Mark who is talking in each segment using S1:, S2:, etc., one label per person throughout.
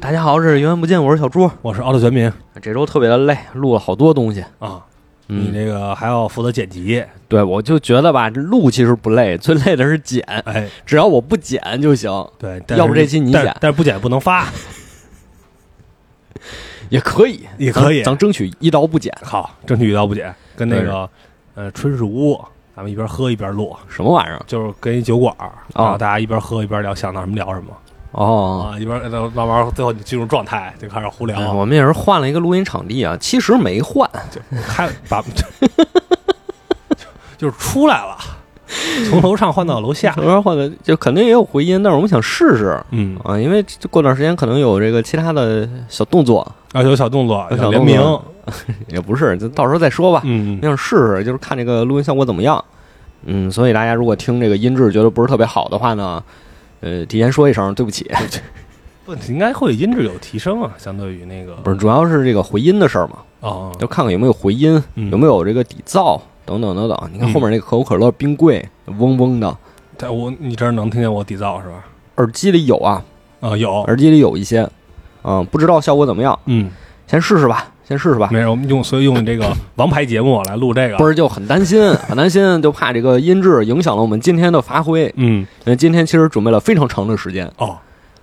S1: 大家好，这是源源不尽，我是小朱。
S2: 我是奥特全民
S1: 这周特别的累，录了好多东西。
S2: 啊，你
S1: 嗯，
S2: 这个还要负责剪辑，
S1: 对，我就觉得吧，这录其实不累，最累的是剪，
S2: 哎，
S1: 只要我不剪就行，
S2: 对，
S1: 要不这期你
S2: 但是
S1: 剪
S2: 但是不剪不能 发，
S1: 也可以，
S2: 也可以
S1: 咱咱争取一刀不剪。
S2: 好，争取一刀不剪，跟那
S1: 对
S2: 个呃春日屋，咱们一边喝一边录，
S1: 什么玩意儿？
S2: 就是跟一酒馆儿，
S1: 哦
S2: 然后大家一边喝一边聊，想到什么聊什么
S1: 哦，
S2: 啊，一边呃慢慢最后你进入状态就开始胡
S1: 哎
S2: 聊，
S1: 我们也是换了一个录音场地啊，其实没换，
S2: 开把就就是出来了，从楼上换到 楼下，
S1: 虽然换的就肯定也有回音，但是我们想试试
S2: 嗯，
S1: 啊，因为这过段时间可能有这个其他的小动作，
S2: 要有小动作，
S1: 有小
S2: 联
S1: 动作
S2: 名，
S1: 也不是，就到时候再说吧。
S2: 嗯，
S1: 想试试，就是看这个录音效果怎么样。嗯，所以大家如果听这个音质觉得不是特别好的话呢，呃，提前说一声，对不起，
S2: 不应该会音质有提升啊，相对于那个
S1: 不是，主要是这个回音的事儿嘛，
S2: 哦，
S1: 就看看有没有回音，
S2: 嗯
S1: 有没有这个底噪等等等等。你看
S2: 嗯
S1: 后面那个可口可乐冰柜嗡嗡的，
S2: 对，我你这儿能听见我底噪是吧？
S1: 耳机里有啊，
S2: 啊，有，
S1: 耳机里有一些，嗯，不知道效果怎么样，
S2: 嗯，
S1: 先试试吧，先试试吧。
S2: 没事，我们用所以用你这 个王牌节目来录这个，
S1: 不是就很担心， 很担心，就怕这个音质影响了我们今天的发挥。
S2: 嗯，
S1: 因为今天其实准备了非常长的时间
S2: 哦，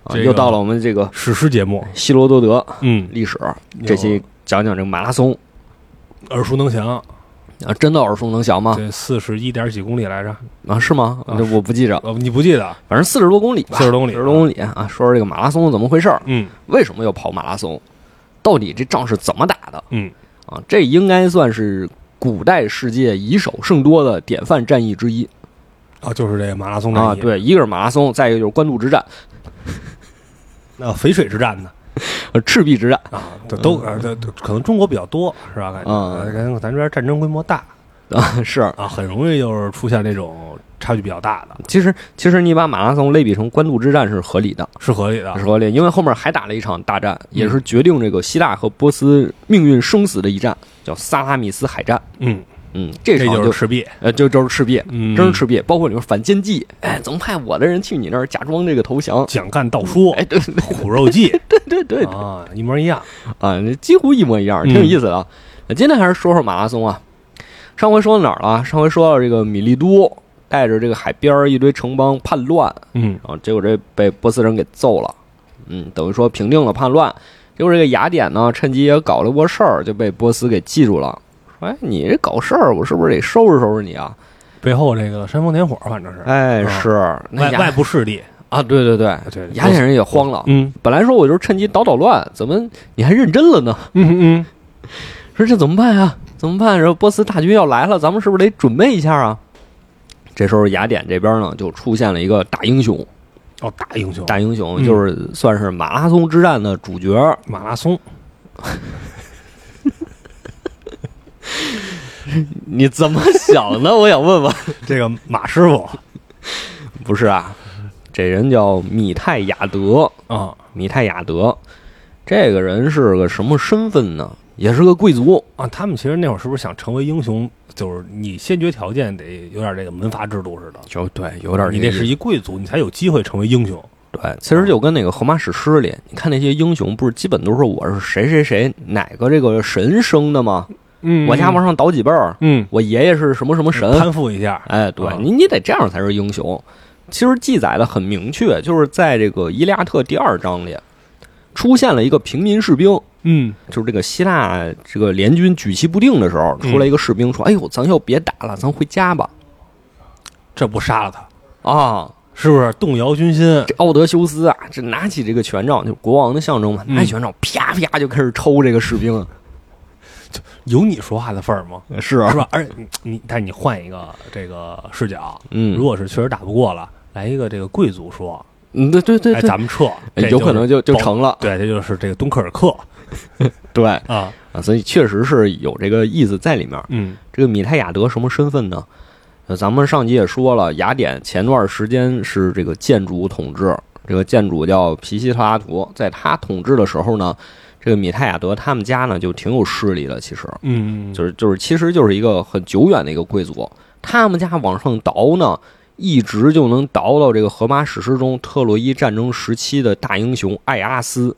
S1: 啊，
S2: 这个
S1: 又到了我们这个
S2: 史诗节目，
S1: 希罗多德
S2: 嗯，
S1: 历史，这期讲讲这个马拉松
S2: 有耳熟能详，
S1: 啊，真的耳熟能详吗？
S2: 对，四十一点几公里来着，
S1: 啊，是吗？
S2: 啊
S1: 这我不记着，
S2: 呃，你不记得？
S1: 反正四十多公里吧，
S2: 40多公里
S1: 四十多公里啊。说说这个马拉松怎么回事儿？
S2: 嗯
S1: 为什么要跑马拉松？到底这仗是怎么打的
S2: 嗯，
S1: 啊？这应该算是古代世界以少胜多的典范战役之一
S2: 啊，就是这个马拉松战役
S1: 啊。，对，一个是马拉松，再一个就是官渡之战、
S2: 那淝水之战呢？
S1: 呃赤壁之战。
S2: 啊，对，都
S1: 嗯
S2: 呃，对，对可能中国比较多是吧？感觉
S1: 嗯
S2: 呃感觉咱这边战争规模大
S1: 啊，是，
S2: 啊，很容易就是出现这种差距比较大的，
S1: 其实其实你把马拉松类比成官渡之战是合理的，
S2: 是合理的
S1: 是，合理，因为后面还打了一场大战，也是决定这个希腊和波斯命运生死的一战，叫萨拉米斯海战。
S2: 嗯，
S1: 嗯，这
S2: 这
S1: 场
S2: 就
S1: 就是
S2: 赤壁，
S1: 呃就就是赤壁，
S2: 嗯，
S1: 真是赤壁，包括里面反间计，哎，总派我的人去你那儿假装这个投降。
S2: 蒋干盗书，
S1: 哎，对对
S2: 苦肉计
S1: 对 对
S2: 啊，一模一样。
S1: 啊，几乎一模一样，挺有意思的啊。那今天还是说说马拉松啊，上回说到哪儿了？上回说到这个米利都带着这个海边儿一堆城邦叛乱，
S2: 嗯
S1: 然后啊结果这被波斯人给揍了，嗯，等于说平定了叛乱。结果这个雅典呢，趁机也搞了波事儿，就被波斯给记住了。说，哎，你这搞事儿，我是不是得收拾收拾你啊？，
S2: 背后这个煽风点火，反正是
S1: 哎，
S2: 嗯
S1: 是那
S2: 外
S1: 雅
S2: 外部势力。
S1: 啊，对对对，
S2: 对
S1: 雅典人也慌了。
S2: 嗯
S1: 本来说我就是趁机捣捣乱，怎么你还认真了呢？
S2: 嗯嗯，
S1: 说这怎么办呀？怎么办？然后波斯大军要来了，咱们是不是得准备一下啊？这时候雅典这边呢，就出现了一个大英雄，
S2: 哦，大英雄，
S1: 大英雄
S2: 嗯
S1: 就是算是马拉松之战的主角，
S2: 马拉松，
S1: 你怎么想的？我想问问。
S2: 这个马师傅
S1: 不是啊，这人叫米泰雅德，
S2: 啊
S1: 米泰雅德，这个人是个什么身份呢？也是个贵族，
S2: 啊，他们其实那会儿是不是想成为英雄？就是你先决条件得有点这个门阀制度似的，
S1: 就对，有点
S2: 你
S1: 这
S2: 得
S1: 个
S2: 是
S1: 意思
S2: 一贵族，你才有机会成为英雄。
S1: 对，其实就跟那个荷马史诗里，你看那些英雄，不是基本都是我是谁谁谁哪个这个神生的吗？
S2: 嗯
S1: 我家往上倒几辈儿，
S2: 嗯
S1: 我爷爷是什么什么神，
S2: 攀附一下，
S1: 哎，对
S2: 啊
S1: 你你得这样才是英雄。其实记载的很明确，就是在这个《伊利亚特》第二章里，出现了一个平民士兵，
S2: 嗯
S1: 就是这个希腊这个联军举棋不定的时候，
S2: 嗯
S1: 出来一个士兵说：“哎呦，咱要别打了，咱回家吧。
S2: 这不杀了他，”
S1: 啊，
S2: 是不是动摇军心？
S1: 这奥德修斯啊，这拿起这个权杖，就是国王的象征嘛，
S2: 嗯
S1: 拿起权杖啪啪就开始抽这个士兵。
S2: 有你说话的份儿吗？
S1: 是，
S2: 是吧？啊而且你你，但你换一个这个视角，如
S1: 嗯，
S2: 果是确实打不过了，来一个这个贵族说，
S1: 嗯对对对
S2: 哎，
S1: 对，
S2: 咱们撤，
S1: 哎
S2: 这
S1: 有可能
S2: 就
S1: 就是就
S2: 保。
S1: 成了。
S2: 对，这就是这个敦刻尔克
S1: 对
S2: 啊，
S1: 啊，所以确实是有这个意思在里面。
S2: 嗯
S1: 这个米泰雅德什么身份呢？呃，咱们上集也说了，雅典前段时间是这个建主统治，这个建主叫皮西特拉图，在他统治的时候呢，这个米泰雅德他们家呢就挺有势力的，其实
S2: 嗯，
S1: 就是就是其实就是一个很久远的一个贵族，他们家往上倒呢，一直就能倒到这个荷马史诗中特洛伊战争时期的大英雄艾阿斯。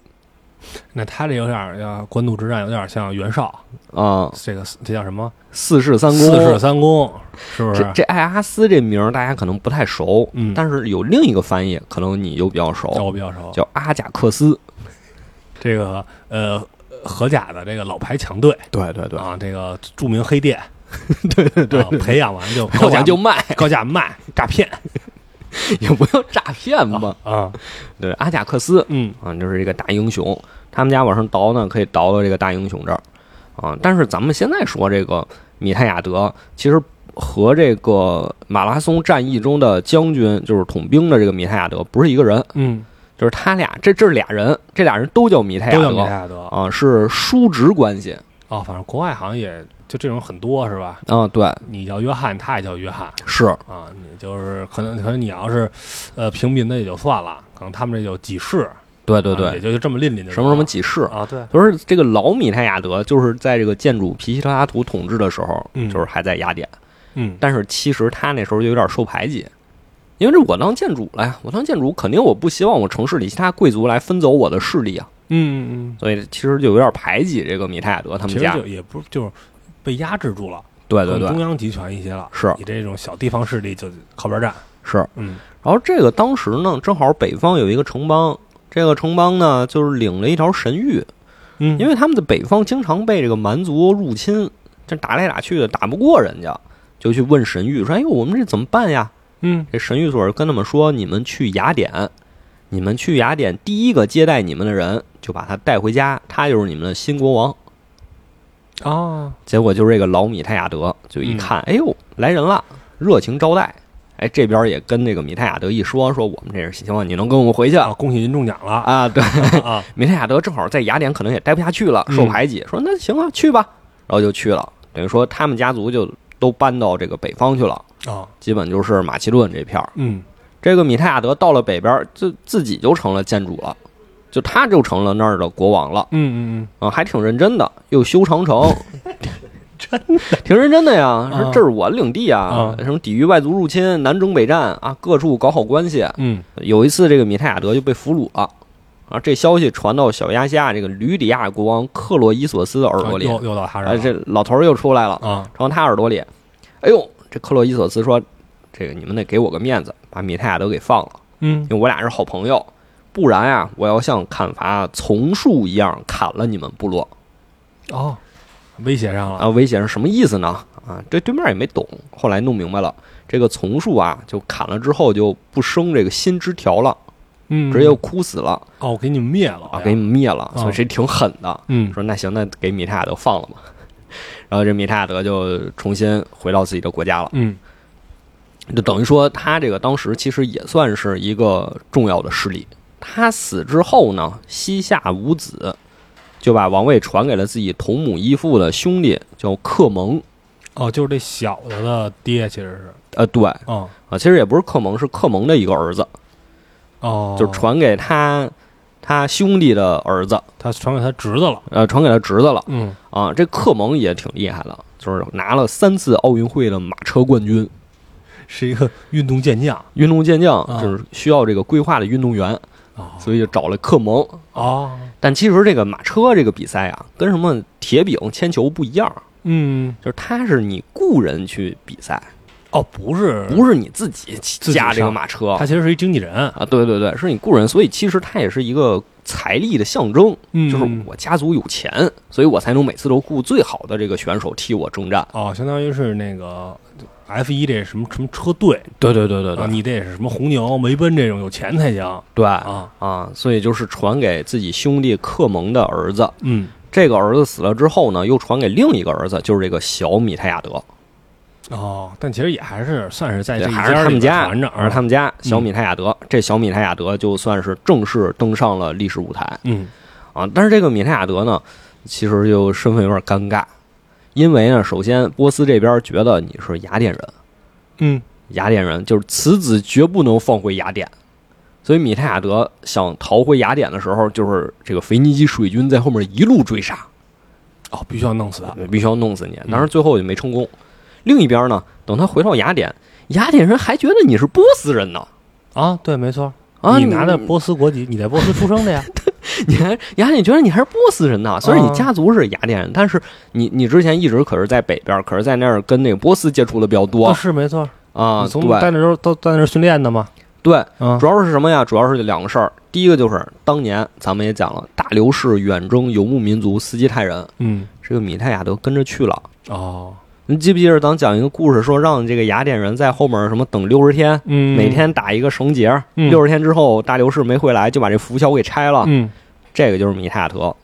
S2: 那他这有点儿要官渡之战，有点像袁绍，
S1: 啊、
S2: 这个这叫什么？
S1: 四世三公，
S2: 四世三公，是不是
S1: 这？这艾阿斯这名儿大家可能不太熟，
S2: 嗯哦
S1: 但是有另一个翻译，可能你就比较熟，
S2: 叫我比较熟。
S1: 叫阿贾克斯。
S2: 这个呃，荷甲的这个老牌强队
S1: 对对对
S2: 啊，这个著名 黑店，对对对，培养完就高
S1: 我
S2: 价
S1: 就卖，
S2: 高价卖诈骗
S1: 也不叫诈骗吧？
S2: 啊，
S1: 对，阿贾克斯
S2: 嗯
S1: 啊，就是这个大英雄，他们家往上倒呢，可以倒到这个大英雄这儿啊。但是咱们现在说这个米泰亚德，其实和这个马拉松战役中的将军，就是统兵的这个米泰亚德，不是一个人，
S2: 嗯，
S1: 就是他俩，这这是俩人，这俩人都叫米泰亚
S2: 都叫米
S1: 德
S2: 泰亚德啊，
S1: 啊，是叔侄关系
S2: 反正国外好像也就这种很多是吧？
S1: 啊，对，
S2: 你叫约翰，他也叫约翰
S1: 是
S2: 啊，你就是可能可能你要是呃平民的也就算了，可能他们这就几世，啊
S1: 对对
S2: 也
S1: 对，
S2: 就这么吝吝的
S1: 什么什么几世。
S2: 啊，对，
S1: 就是这个老米泰亚德，就是在这个建主皮西特拉图统治的时候，
S2: 嗯
S1: 就是还在雅典，
S2: 嗯
S1: 但是其实他那时候就有点受排挤，因为这我当建主了呀，我当建主肯定我不希望我城市里其他贵族来分走我的势力啊，
S2: 嗯嗯
S1: 所以其实就有点排挤这个米泰亚德他们
S2: 嗯，其实
S1: 家
S2: 就。也不就是被压制住了，
S1: 对对
S2: 更中
S1: 对，
S2: 央集权一些了，
S1: 是
S2: 你这种小地方势力就靠边站，
S1: 是。
S2: 嗯
S1: 然后这个当时呢，正好北方有一个城邦，这个城邦呢就是领了一条神谕，
S2: 嗯
S1: 因为他们的北方经常被这个蛮族入侵，这打来打去的打不过人家，就去问神谕说：“哎呦，我们这怎么办呀
S2: 嗯？”
S1: 这神谕所跟他们说：“你们去雅典，你们去雅典，第一个接待你们的人就把他带回家，他就是你们的新国王。”
S2: 啊，
S1: 结果就是这个老米泰亚德就一看，哎呦，来人了，热情招待。哎，这边也跟这个米泰亚德一说，说我们这是希望你能跟我们回去
S2: 啊恭喜您中奖了
S1: 啊。对，
S2: 啊，
S1: 米泰亚德正好在雅典可能也待不下去了，
S2: 嗯
S1: 受排挤，说那行啊，去吧，然后就去了。等于说他们家族就都搬到这个北方去了，
S2: 啊，
S1: 基本就是马其顿这片儿。
S2: 嗯
S1: 这个米泰亚德到了北边，就自己就成了建主了，就他就成了那儿的国王了。
S2: 嗯嗯
S1: 啊，还挺认真的，又修长城， 真的 嗯挺认真的呀。
S2: 啊
S1: 说这是我的领地啊，
S2: 啊
S1: 什么抵御外族入侵、南征北战啊，各处搞好关系。啊
S2: 嗯
S1: 呃有一次，这个米泰亚德就被俘虏了。啊，这消息传到小亚细亚这个吕底亚国王克洛伊索斯的耳
S2: 嗯，
S1: 朵
S2: 啊
S1: 里，
S2: 又又到他这
S1: 哎，
S2: 儿了
S1: 这老头儿又出来了，
S2: 啊，
S1: 传到他耳朵里。哎呦，这克洛伊索斯说：“这个你们得给我个面子，把米泰亚德给放了，
S2: 嗯
S1: 因为我俩是好朋友，不然啊，我要像砍伐丛树一样砍了你们部落。”
S2: 哦，威胁上了，
S1: 啊，威胁是什么意思呢？啊，这对面也没懂，后来弄明白了，啊这个丛树啊，就砍了之后就不生这个新枝条了，
S2: 嗯
S1: 直接就枯死了
S2: 哦，我给你们灭了
S1: 啊，给你们灭了，
S2: 啊
S1: 所以这挺狠的。
S2: 嗯
S1: 说那行，那给米泰亚德放了吧。然后这米泰亚德就重新回到自己的国家了，
S2: 嗯
S1: 就等于说他这个当时其实也算是一个重要的势力。他死之后呢，膝下无子，就把王位传给了自己同母异父的兄弟，叫克蒙。
S2: 哦，就是这小的的爹其实是
S1: 呃，对，
S2: 啊
S1: 啊，其实也不是克蒙，是克蒙的一个儿子，
S2: 哦，
S1: 就是传给他他兄弟的儿子，
S2: 他传给他侄子了，
S1: 呃，传给他侄子了
S2: 嗯
S1: 啊。这克蒙也挺厉害的，就是拿了三次奥运会的马车冠军，
S2: 是一个运动健将
S1: 运动健将
S2: 啊
S1: 就是需要这个规划的运动员，
S2: 啊
S1: 所以就找了克蒙。
S2: 哦，
S1: 但其实这个马车这个比赛啊，跟什么铁饼、铅球不一样，
S2: 嗯
S1: 就是它是你雇人去比赛，
S2: 哦，不是
S1: 不是你自己
S2: 自己
S1: 驾这个
S2: 上
S1: 马车
S2: 他其实是一经纪人，
S1: 啊。对对对，是你雇人，所以其实它也是一个财力的象征。
S2: 嗯
S1: 就是我家族有钱，所以我才能每次都雇最好的这个选手替我征战。
S2: 哦，相当于是那个 F 一这什么什么车队，
S1: 对对对对
S2: 啊，你得是什么红牛、梅奔这种有钱才行
S1: 对
S2: 啊，
S1: 啊，所以就是传给自己兄弟克蒙的儿子。
S2: 嗯，
S1: 这个儿子死了之后呢，又传给另一个儿子，就是这个小米泰亚德，
S2: 哦，但其实也还是算是在
S1: 对
S2: 这一
S1: 还是他们
S2: 家
S1: 家，
S2: 里边传着，啊嗯
S1: 还是他
S2: 们，
S1: 们家小米泰亚德。这小米泰亚德就算是正式登上了历史舞台
S2: 嗯
S1: 啊。但是这个米泰亚德呢，其实就身份有点尴尬，因为呢，首先波斯这边觉得你是雅典人。
S2: 嗯，
S1: 雅典人，就是此子绝不能放回雅典。所以米泰亚德想逃回雅典的时候，就是这个腓尼基水军在后面一路追杀，
S2: 哦，必须要弄死他，
S1: 必须要弄死你。
S2: 嗯
S1: 当然最后也没成功。另一边呢，等他回到雅典，雅典人还觉得你是波斯人呢。
S2: 啊，对，没错，
S1: 啊，
S2: 你拿的波斯国籍，你在波斯出生的呀，
S1: 你还你还得觉得你还是波斯人呢。虽然你
S2: 啊
S1: 家族是雅典人，但是你你之前一直可是在北边，可是在那儿跟那个波斯接触的比较多
S2: 啊是没错，
S1: 啊。
S2: 你从
S1: 对
S2: 在那时候都在那儿训练的嘛，
S1: 对，
S2: 啊
S1: 主要是什么呀？主要是两个事儿。第一个就是当年咱们也讲了，大流士远征游牧民族斯基泰人，
S2: 嗯
S1: 这个米泰雅德跟着去了。
S2: 哦
S1: 你记不记得咱讲一个故事，说让这个雅典人在后面什么等六十天，
S2: 嗯
S1: 每天打一个绳结，
S2: 嗯
S1: 六十天之后大流士没回来，就把这浮桥给拆了。
S2: 嗯，
S1: 这个就是米泰亚德，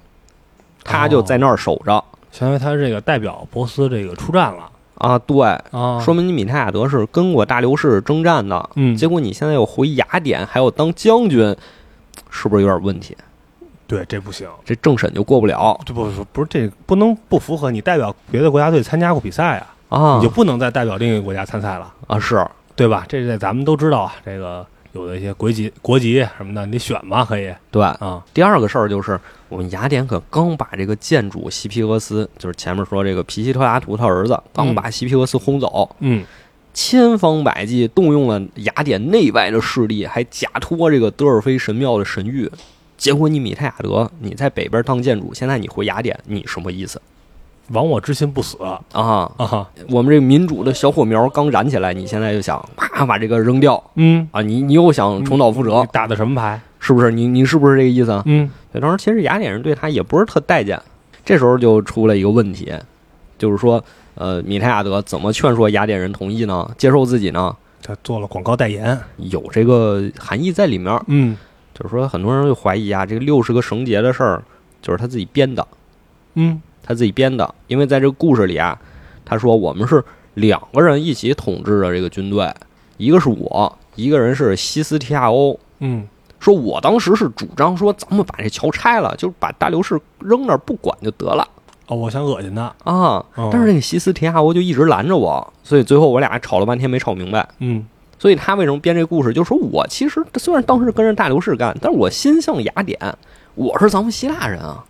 S1: 他就在那儿守
S2: 哦
S1: 着、
S2: 相当于他这个代表波斯这个出战了
S1: 啊。对，
S2: 啊，
S1: 说明你米泰亚德是跟过大流士征战的，
S2: 嗯，
S1: 结果你现在又回雅典，还要当将军，是不是有点问题？
S2: 对这不行，
S1: 这政审就过不了
S2: 这不不不是这不能不符合你代表别的国家队参加过比赛啊，
S1: 啊
S2: 你就不能再代表另一个国家参赛了，
S1: 啊！是
S2: 对吧？这在咱们都知道啊，这个有的一些国籍国籍什么的，你选嘛可以
S1: 对。
S2: 啊，
S1: 第二个事儿就是，我们雅典可刚把这个建主西皮俄斯，就是前面说这个皮西托拉图他儿子，刚把西皮俄斯轰走，
S2: 嗯
S1: 千方百计动用了雅典内外的势力，还假托这个德尔菲神庙的神谕。结果你米泰亚德，你在北边当建主，现在你回雅典，你什么意思
S2: 亡我之心不死
S1: 啊？
S2: 啊，
S1: 我们这民主的小火苗刚燃起来，你现在就想啪把这个扔掉
S2: 嗯，
S1: 啊？你你又想重蹈覆辙
S2: 你，打的什么牌？
S1: 是不是？你你是不是这个意思啊？
S2: 嗯
S1: 对，当时其实雅典人对他也不是特待见。这时候就出了一个问题，就是说，呃，米泰亚德怎么劝说雅典人同意呢？接受自己呢？
S2: 他做了广告代言，
S1: 有这个含义在里面儿。
S2: 嗯
S1: 就是说，很多人就怀疑啊，这个六十个绳结的事儿，就是他自己编的，
S2: 嗯
S1: 他自己编的。因为在这个故事里啊，他说我们是两个人一起统治的这个军队，一个是我，一个人是西斯提亚欧。
S2: 嗯
S1: 说我当时是主张说，咱们把这桥拆了，就是把大流士扔那儿不管就得了。
S2: 哦，我想恶心他，
S1: 啊，
S2: 哦
S1: 但是这个西斯提亚欧就一直拦着我，所以最后我俩吵了半天没吵明白。
S2: 嗯
S1: 所以他为什么编这故事，就说我其实虽然当时跟着大流士干，但是我心向雅典，我是咱们希腊人啊，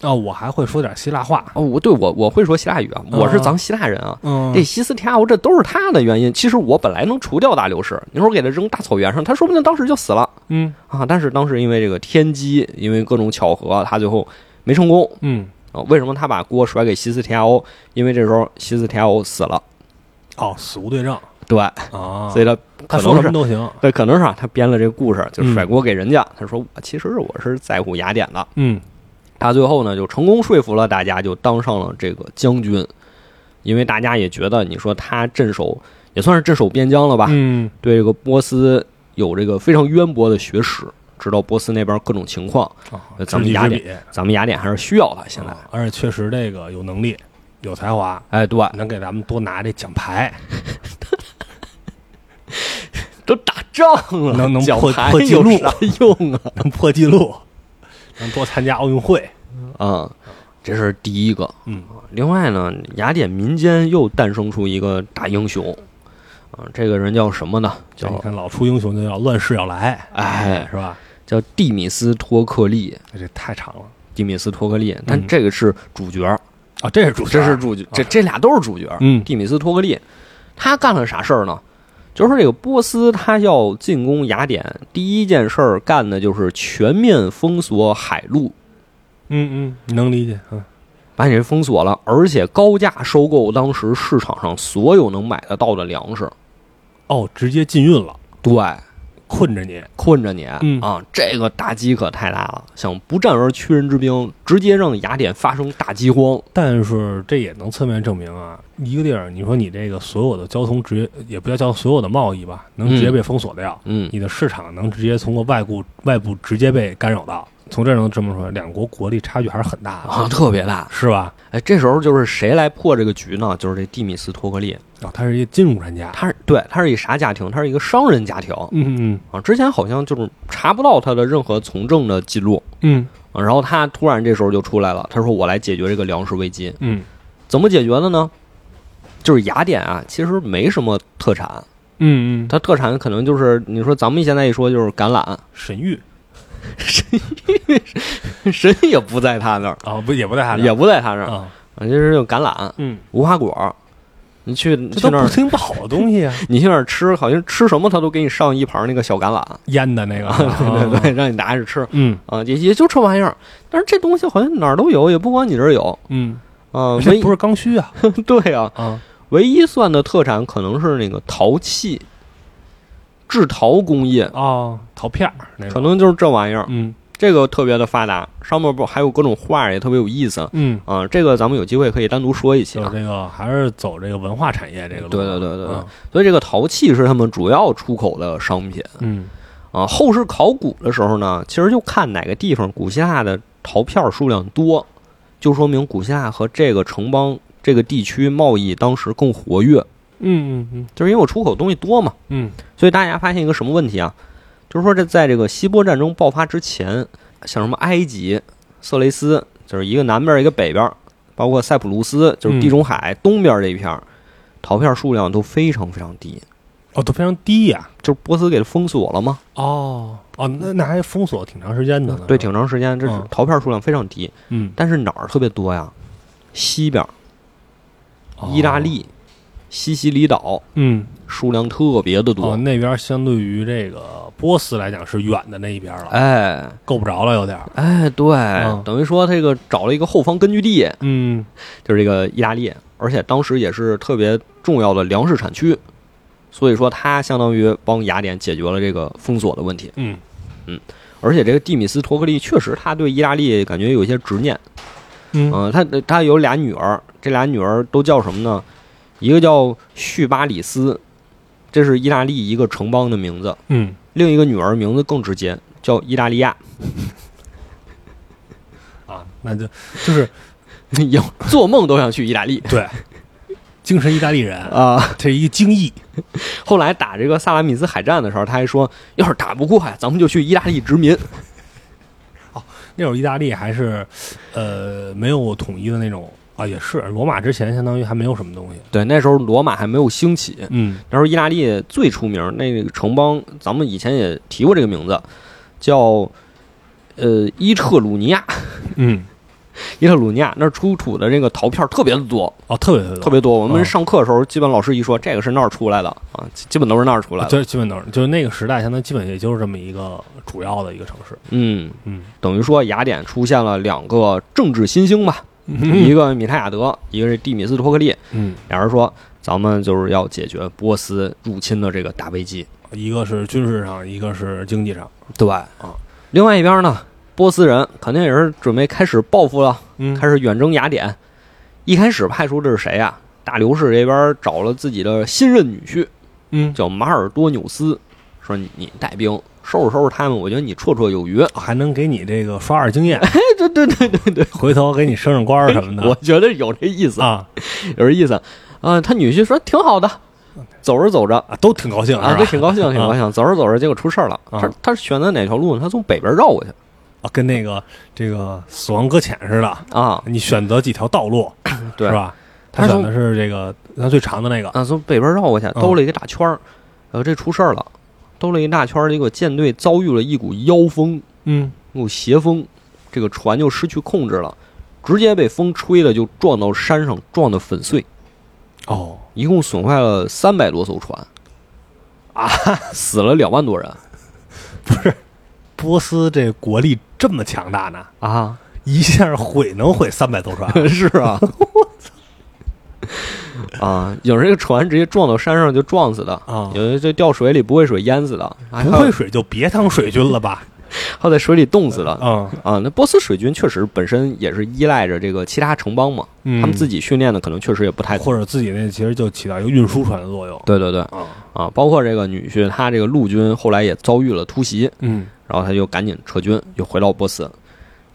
S2: 啊，我还会说点希腊话，
S1: 哦，我对我我会说希腊语啊，我是咱们希腊人啊。
S2: 嗯
S1: 这西斯提亚欧这都是他的原因。其实我本来能除掉大流士，你说我给他扔大草原上，他说不定当时就死了
S2: 嗯
S1: 啊。但是当时因为这个天机，因为各种巧合，他最后没成功
S2: 嗯，
S1: 啊。为什么他把锅甩给西斯提亚欧？因为这时候西斯提亚欧死了。
S2: 哦，死无对 证
S1: 对，
S2: 啊，
S1: 所以他
S2: 他
S1: 可
S2: 说
S1: 能
S2: 什么
S1: 是
S2: 都行，
S1: 对，可能是啊，他编了这故事就
S2: 嗯
S1: 甩锅给人家。他说我其实我是在乎雅典的。
S2: 嗯
S1: 他最后呢就成功说服了大家，就当上了这个将军，因为大家也觉得你说他镇守也算是镇守边疆了吧，
S2: 嗯
S1: 对这个波斯有这个非常渊博的学识，知道波斯那边各种情况，
S2: 啊
S1: 咱们
S2: 知己
S1: 雅
S2: 知
S1: 典
S2: 彼
S1: 咱们雅典还是需要他现在。
S2: 啊而且确实这个有能力，有才华，
S1: 哎，对，
S2: 能给咱们多拿这奖牌，
S1: 都打仗了，
S2: 能能
S1: 奖
S2: 破
S1: 牌
S2: 破纪
S1: 有
S2: 录
S1: 啥用啊？
S2: 能破纪录，能多参加奥运会，
S1: 啊、这是第一个。
S2: 嗯，
S1: 另外呢，雅典民间又诞生出一个大英雄，啊，这个人叫什么呢？
S2: 这你
S1: 叫
S2: 看老出英雄就要乱世要来，
S1: 哎
S2: 是吧？
S1: 叫蒂米斯托克利，
S2: 这太长了
S1: 蒂米斯托克利，但这个是主角，
S2: 啊，这是主
S1: 这是嗯主角，这这俩都是主角。
S2: 嗯
S1: 蒂米斯托克利，他干了啥事儿呢？就是说，这个波斯他要进攻雅典，第一件事儿干的就是全面封锁海路，
S2: 嗯嗯，能理解，嗯
S1: 把你这封锁了，而且高价收购当时市场上所有能买得到的粮食，
S2: 哦，直接禁运了，
S1: 对，
S2: 困着你，
S1: 困着你、
S2: 嗯
S1: 啊！这个打击可太大了，想不战而屈人之兵，直接让雅典发生大饥荒。
S2: 但是这也能侧面证明啊，一个地儿，你说你这个所有的交通直接也不叫叫所有的贸易吧，能直接被封锁掉，
S1: 嗯，
S2: 你的市场能直接通过外部外部直接被干扰到。从这儿能这么说，两国国力差距还是很大的，
S1: 啊，特别大。
S2: 是吧？
S1: 哎，这时候就是谁来破这个局呢？就是这蒂米斯托克利，
S2: 啊、他是一金融专家，
S1: 他是对，他是一啥家庭？他是一个商人家庭
S2: 嗯
S1: 啊。之前好像就是查不到他的任何从政的记录
S2: 嗯嗯
S1: 啊。然后他突然这时候就出来了，他说：“我来解决这个粮食危机。”
S2: 嗯
S1: 怎么解决的呢？就是雅典啊，其实没什么特产，
S2: 嗯嗯，
S1: 它特产可能就是你说咱们现在一说就是橄榄，
S2: 沈玉
S1: 神也不在他那儿，
S2: 啊，不也不在他那儿
S1: 也不在他那儿，
S2: 啊，
S1: 啊，就是就橄榄、
S2: 嗯
S1: 无花果，你去你
S2: 这
S1: 去那
S2: 都不
S1: 儿，
S2: 听不好的东 西啊，
S1: 你去那儿吃，好像吃什么他都给你上一盘那个小橄榄，
S2: 腌的那个，
S1: 对对
S2: 啊，
S1: 对，让你拿着吃
S2: 嗯
S1: 啊，也也就这玩意儿。但是这东西好像哪儿都有，也不光你这儿有
S2: 嗯，
S1: 啊。
S2: 这
S1: 唯
S2: 不是刚需啊，
S1: 对啊，
S2: 啊，
S1: 唯一算的特产可能是那个陶器，制陶工业，
S2: 哦，陶片儿那
S1: 可
S2: 种，
S1: 能就是这玩意儿，
S2: 嗯
S1: 这个特别的发达。上面不还有各种画儿也特别有意思
S2: 嗯，
S1: 啊。这个咱们有机会可以单独说一期
S2: 就
S1: 啊
S2: 是。这个还是走这个文化产业这个路，
S1: 对对对对对
S2: 嗯
S1: 所以这个陶器是他们主要出口的商品
S2: 嗯
S1: 啊。后世考古的时候呢，其实就看哪个地方古希腊的陶片数量多，就说明古希腊和这个城邦、这个地区贸易当时更活跃，
S2: 嗯嗯嗯
S1: 就是因为我出口东西多嘛。
S2: 嗯，
S1: 所以大家发现一个什么问题啊？就是说这在这个希波战争爆发之前，像什么埃及、色雷斯，就是一个南边儿一个北边儿，包括塞浦路斯，就是地中海、东边这一片儿，陶片数量都非常非常低。
S2: 哦，都非常低呀，
S1: 就是波斯给封锁了嘛，
S2: 哦哦，那那还封锁挺长时间的呢，
S1: 嗯对，挺长时间，这是
S2: 嗯
S1: 陶片数量非常低。
S2: 嗯，
S1: 但是哪儿特别多呀？西边儿，
S2: 哦
S1: 意大，利、西西里岛
S2: 嗯，
S1: 数量特别的多。
S2: 哦，那边相对于这个波斯来讲是远的那一边了，
S1: 哎
S2: 够不着了，有点儿，
S1: 哎，对，等于说这个找了一个后方根据地，
S2: 嗯
S1: 就是这个意大利，而且当时也是特别重要的粮食产区，所以说它相当于帮雅典解决了这个封锁的问题。
S2: 嗯
S1: 而且这个蒂米斯托克利确实他对意大利感觉有一些执念，
S2: 嗯，
S1: 嗯、他他有俩女儿，这俩女儿都叫什么呢？一个叫叙巴里斯，这是意大利一个城邦的名字；
S2: 嗯，
S1: 另一个女儿名字更直接，叫意大利亚，
S2: 啊，那就就是
S1: 有做梦都想去意大利
S2: 对，精神意大利人，
S1: 啊。
S2: 这一个精益，
S1: 后来打这个萨拉米斯海战的时候，他还说，要是打不过呀，咱们就去意大利殖民。
S2: 那会儿意大利还是呃没有统一的那种啊，也是罗马之前相当于还没有什么东西，
S1: 对，那时候罗马还没有兴起，
S2: 嗯
S1: 那时候意大利最出名那个城邦，咱们以前也提过这个名字，叫呃伊特鲁尼亚。
S2: 嗯，
S1: 伊特鲁尼亚那儿出土的这个陶片儿特别的多，
S2: 哦，特别特别
S1: 特别多。我
S2: 嗯
S1: 们上课的时候，基本老师一说这个是那儿出来的啊，基基本都是那儿出来的。
S2: 对，基本都是就是那个时代，相当于基本也就是这么一个主要的一个城市，
S1: 嗯，
S2: 嗯，
S1: 等于说雅典出现了两个政治新星吧，一个米泰亚德，一个是蒂米斯托克利。
S2: 嗯，
S1: 俩人说，咱们就是要解决波斯入侵的这个大危机。
S2: 一个是军事上，一个是经济上，
S1: 对啊，另外一边呢，波斯人肯定也是准备开始报复了，
S2: 嗯
S1: 开始远征雅典。一开始派出的是谁啊？大流士这边找了自己的新任女婿，
S2: 嗯，
S1: 叫马尔多纽斯，说你你带兵收拾收拾他们，我觉得你绰绰有余。
S2: 还能给你这个刷点经 验，
S1: 对对对对对，
S2: 回头给你升升官儿什么
S1: 我
S2: 的
S1: 觉得有这意思，
S2: 啊
S1: 有这意思。嗯、他女婿说挺好的，走着走着，
S2: 啊，都挺高兴
S1: 啊，
S2: 是
S1: 这
S2: 吧？
S1: 挺高兴，挺高兴。走着走着，结果出事儿了。
S2: 啊
S1: 他他是选择哪条路呢？他从北边绕过去
S2: 啊，跟那个这个死亡搁浅似的，
S1: 啊，
S2: 你选择几条道路，
S1: 对
S2: 是吧？
S1: 他
S2: 他
S1: 从
S2: 选的是这个他最长的那个，
S1: 啊，从北边绕过去，兜了一个大圈儿，呃，这出事儿了，兜了一大圈儿，结果舰队遭遇了一股妖风，
S2: 嗯，
S1: 一股邪风，这个船就失去控制了，直接被风吹的就撞到山上，撞得粉碎，
S2: 哦，
S1: 一共损坏了三百多艘船，啊，死了两万多人
S2: 波斯这国力这么强大呢，
S1: 啊，，
S2: 一下毁能毁三百艘船
S1: 是啊，啊，有人这个船直接撞到山上就撞死的。
S2: 啊，哎
S1: 有的就掉水里不会水淹死的，还有
S2: 不会水就别当水军了吧？
S1: 还有在水里冻死的
S2: 啊，
S1: 啊。那波斯水军确实本身也是依赖着这个其他城邦嘛，
S2: 嗯哎
S1: 他们自己训练的可能确实也不太。
S2: 或者自己那其实就起到一个运输船的作用
S1: 对对对
S2: 啊，
S1: 啊，包括这个女婿，他这个陆军后来也遭遇了突袭，
S2: 嗯，
S1: 然后他就赶紧撤军，又回到波斯。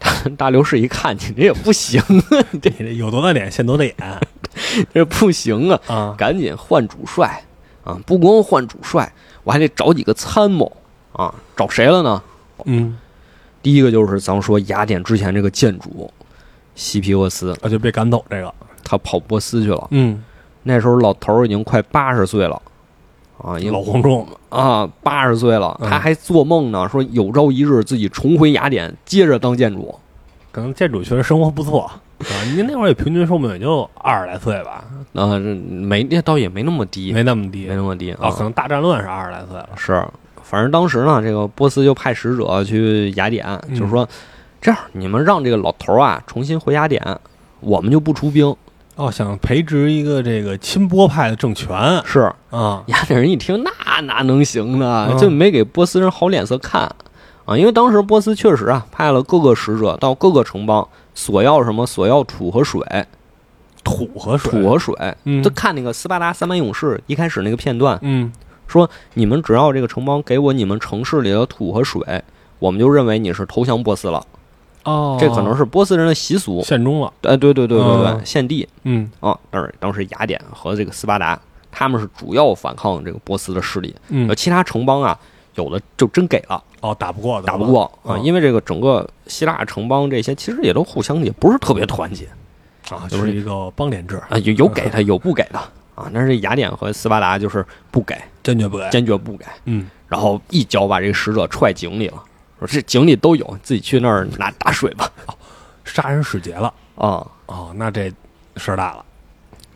S1: 大大流士一看，你这也不行，啊
S2: 你这有多大脸现多大眼
S1: 这不行啊，
S2: 啊，
S1: 赶紧换主帅啊！不光换主帅，我还得找几个参谋啊，找谁了呢？
S2: 嗯，
S1: 第一个就是咱们说雅典之前这个建筑西皮厄斯，
S2: 啊就被赶走这个，
S1: 他跑波斯去了。
S2: 嗯，
S1: 那时候老头儿已经快八十岁了，啊，已经
S2: 老黄忠，
S1: 啊八十岁了，
S2: 嗯
S1: 他还做梦呢，说有朝一日自己重回雅典，接着当建筑。
S2: 可能建筑确实生活不错，对吧？您那会儿也平均寿命也就二十来岁吧，
S1: 啊，这没那倒也没那么低，
S2: 没那么低
S1: 没。那么低
S2: 哦，
S1: 啊
S2: 可。能大战乱是二十来岁了。
S1: 是，反正当时呢，这个波斯就派使者去雅典，
S2: 嗯
S1: 就是说，这样你们让这个老头儿啊重新回雅典，我们就不出兵。
S2: 哦，想培植一个这个亲波派的政权啊、
S1: 是雅典人一听，那哪能行呢
S2: 嗯？
S1: 就没给波斯人好脸色看啊！因为当时波斯确实啊派了各个使者到各个城邦索要什么，索要土和水，
S2: 土和水，
S1: 土和水。
S2: 嗯
S1: 就看那个斯巴达三百勇士一开始那个片段，
S2: 嗯
S1: 说你们只要这个城邦给我你们城市里的土和水，我们就认为你是投降波斯了。
S2: 哦，
S1: 这可能是波斯人的习俗。
S2: 献中了。
S1: 哎，对对对对对，
S2: 嗯
S1: 献帝
S2: 嗯
S1: 啊，但是当时雅典和这个斯巴达，他们是主要反抗这个波斯的势力，
S2: 嗯
S1: 而，其他城邦啊，有的就真给了，
S2: 哦，打不过的，
S1: 打不过啊，
S2: 嗯
S1: 因为这个整个希腊城邦这些其实也都互相也不是特别团结
S2: 啊，
S1: 就是
S2: 一个邦联制，
S1: 啊，有有给的，有不给的啊，但是雅典和斯巴达就是不给，
S2: 坚决不给。
S1: 坚决不给，
S2: 嗯，
S1: 然后一脚把这个使者踹井里了，说这井里都有，自己去那儿拿打水吧
S2: 杀人使节了。
S1: 啊，
S2: 哦，那这事儿大了。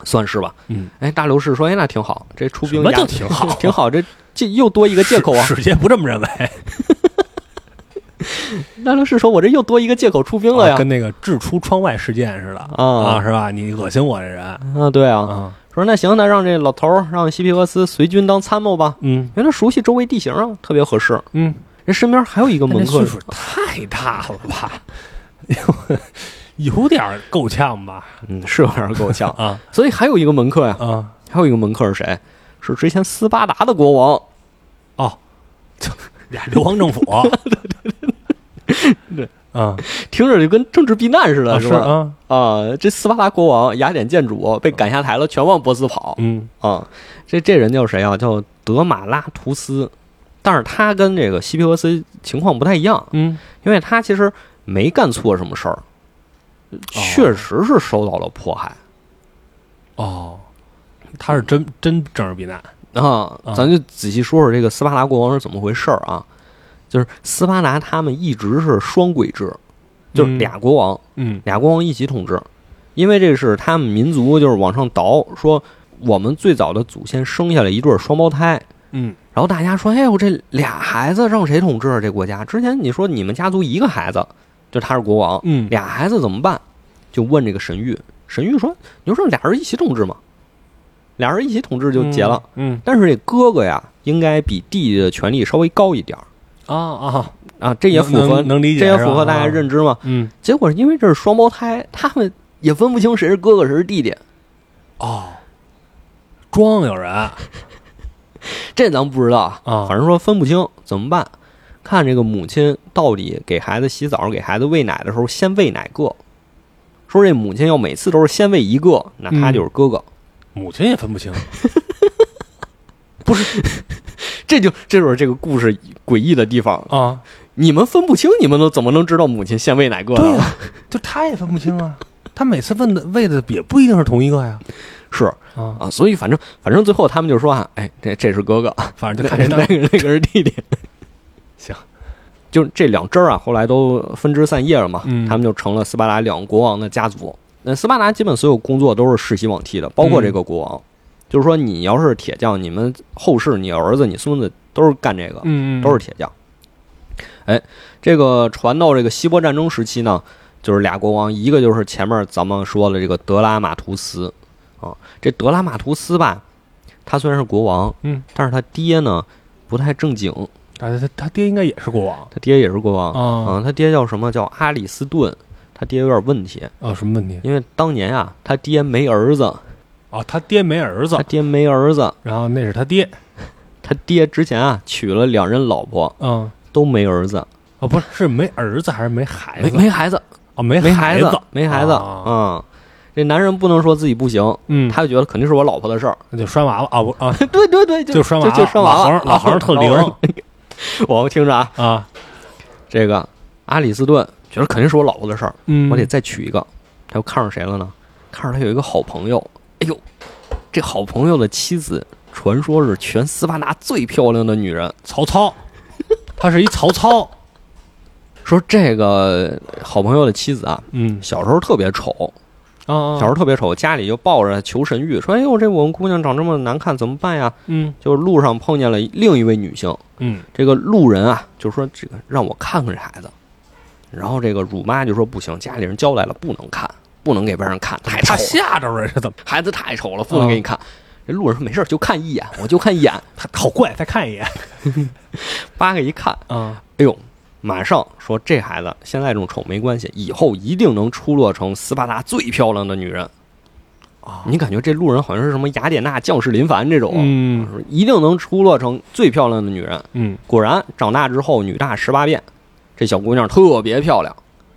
S1: 算是吧。
S2: 嗯，
S1: 哎，大流士说：“哎，那挺好，这出兵
S2: 什么
S1: 雅
S2: 叫挺好
S1: 挺好，这这又多一个借口啊
S2: 使使节不这么 认为。！”
S1: 大流士说：“我这又多一个借口出兵了
S2: 啊
S1: 呀
S2: 跟那个掷出窗外事件似的
S1: 啊
S2: 啊，是吧？你恶心我这人！”
S1: 啊，对啊，
S2: 啊，
S1: 说那行，那让这老头儿让西皮俄斯随军当参谋吧，
S2: 嗯
S1: 因为他熟悉周围地形啊，特别合适。
S2: 嗯，
S1: 人身边还有一个
S2: 那
S1: 门客
S2: 岁，数太大了吧，有点 儿够呛吧？
S1: 嗯，是有点够呛。
S2: 啊
S1: 所以还有一个门客呀，
S2: 啊
S1: 还有一个门客是谁？是之前斯巴达的国王，
S2: 哦， 俩流亡政府， 对对对
S1: 对
S2: 对，啊
S1: 听着就跟政治避难似的，
S2: 啊
S1: 是
S2: 是
S1: 吧？
S2: 啊，
S1: 啊，这斯巴达国王雅典建主被赶下台了，全往波斯跑。
S2: 嗯
S1: 啊，这这人叫谁啊？叫德马拉图斯，但是他跟这个西皮俄斯情况不太一样，
S2: 嗯，
S1: 因为他其实没干错什么事儿，确实是受到了迫害啊
S2: 哦，他是真真政治避难，
S1: 啊。
S2: 啊
S1: 咱就仔细说说这个斯巴达国王是怎么回事儿啊？就是斯巴达他们一直是双轨制，就是
S2: 嗯
S1: 俩国王，
S2: 嗯
S1: 俩国王一起统治，因为这是他们民族就是往上倒，说我们最早的祖先生下来一对儿双胞胎，
S2: 嗯
S1: 然后大家说：“哎呦，这俩孩子让谁统治啊？这国家之前你说你们家族一个孩子，就他是国王，
S2: 嗯，
S1: 俩孩子怎么办？”就问这个神谕。神谕说：“你就让俩人一起统治嘛，俩人一起统治就结了。
S2: 嗯，
S1: 但是这哥哥呀，应该比弟弟的权力稍微高一点儿
S2: 嗯啊啊，
S1: 啊，这也符
S2: 能
S1: 合
S2: 能能理解，
S1: 这也
S2: 是吧
S1: 符合大家，认知嘛。
S2: 嗯
S1: 结果因为这是双胞胎，他们也分不清谁是哥哥谁是弟弟，
S2: 哦，装有人
S1: 这咱们不知道啊。
S2: 啊，
S1: 反正说分不清怎么办？看这个母亲到底给孩子洗澡、给孩子喂奶的时候，先喂哪个？说这母亲要每次都是先喂一个，那他就是哥哥。
S2: 母亲也分不清，
S1: 这就这就是这个故事诡异的地方。
S2: 啊，
S1: 你们分不清，你们都怎么能知道母亲先喂哪个
S2: 对
S1: 呢？
S2: 呀，就他也分不清啊，他每次问的喂的也不一定是同一个呀，
S1: 是
S2: 啊，
S1: 啊，所以反正反正最后他们就说啊，哎，这这是哥哥，
S2: 反正
S1: 那
S2: 就看
S1: 那
S2: 谁
S1: 个
S2: 当
S1: 那个是弟弟。
S2: 行，
S1: 就这两支儿啊，后来都分枝散叶了嘛，
S2: 嗯
S1: 他们就成了斯巴达两国王的家族。那斯巴达基本所有工作都是世袭罔替的，包括这个
S2: 嗯
S1: 国王。就是说，你要是铁匠，你们后世你儿子、你孙子都是干这个，
S2: 嗯嗯
S1: 都是铁匠。哎，这个传到这个希波战争时期呢，就是俩国王，一个就是前面咱们说的这个德拉马图斯啊，这德拉马图斯吧，他虽然是国王，
S2: 嗯，
S1: 但是他爹呢不太正经，
S2: 啊，他他爹应该也是国王
S1: 他爹也是国王
S2: 啊
S1: 啊，他爹叫什么？叫阿里斯顿，他爹有点问题，
S2: 啊，什么问题？
S1: 因为当年啊，他爹没儿子，
S2: 啊，他爹没儿子
S1: 他，爹没儿子，
S2: 然后那是他爹，
S1: 他爹之前啊娶了两任老婆，
S2: 嗯，
S1: 都没儿子，
S2: 哦，不是，是没儿子还是没孩
S1: 没
S2: 子？
S1: 没孩子，
S2: 哦，没
S1: 没
S2: 孩
S1: 子，没孩子
S2: 啊
S1: 啊。这男人不能说自己不行，
S2: 嗯，
S1: 他就觉得肯定是我老婆的事儿。
S2: 那就拴娃娃啊，不啊，
S1: 对对对，就
S2: 就拴娃娃，
S1: 就拴娃
S2: 老
S1: 娃。
S2: 黄老黄特灵
S1: 我们听着啊，
S2: 啊，
S1: 这个阿里斯顿觉得肯定是我老婆的事儿，
S2: 嗯，
S1: 我得再娶一个。他又看上谁了呢？看上他有一个好朋友。哎呦，这好朋友的妻子传说是全 斯巴达最漂亮的女人。
S2: 曹操，他是一曹操，
S1: 说这个好朋友的妻子啊，
S2: 嗯
S1: 小时候特别丑，
S2: 啊
S1: 小
S2: 啊，
S1: 时候特别丑，家里就抱着求神谕，说：“哎呦，这我们姑娘长这么难看，怎么办呀
S2: 嗯？”
S1: 就是路上碰见了另一位女性，
S2: 嗯
S1: 这个路人啊，就说：“这个让我看看这孩子。”然后这个乳妈就说：“不行，家里人交代了，不能看，不能给外人看，太丑
S2: 他
S1: 了，
S2: 吓着了，这怎么？
S1: 孩子太丑了，不能给你看。”这路人说：“没事儿，就看一眼，我就看一眼。
S2: 他好怪，再看一眼”
S1: 扒开一看，
S2: 啊，
S1: 哎呦，马上说这孩子现在这种丑没关系，以后一定能出落成斯巴达最漂亮的女人。
S2: 啊
S1: 你感觉这路人好像是什么雅典娜、将士林凡这种，
S2: 嗯
S1: 说一定能出落成最漂亮的女人。
S2: 嗯
S1: 果然，长大之后女大十八变，这小姑娘特别漂亮，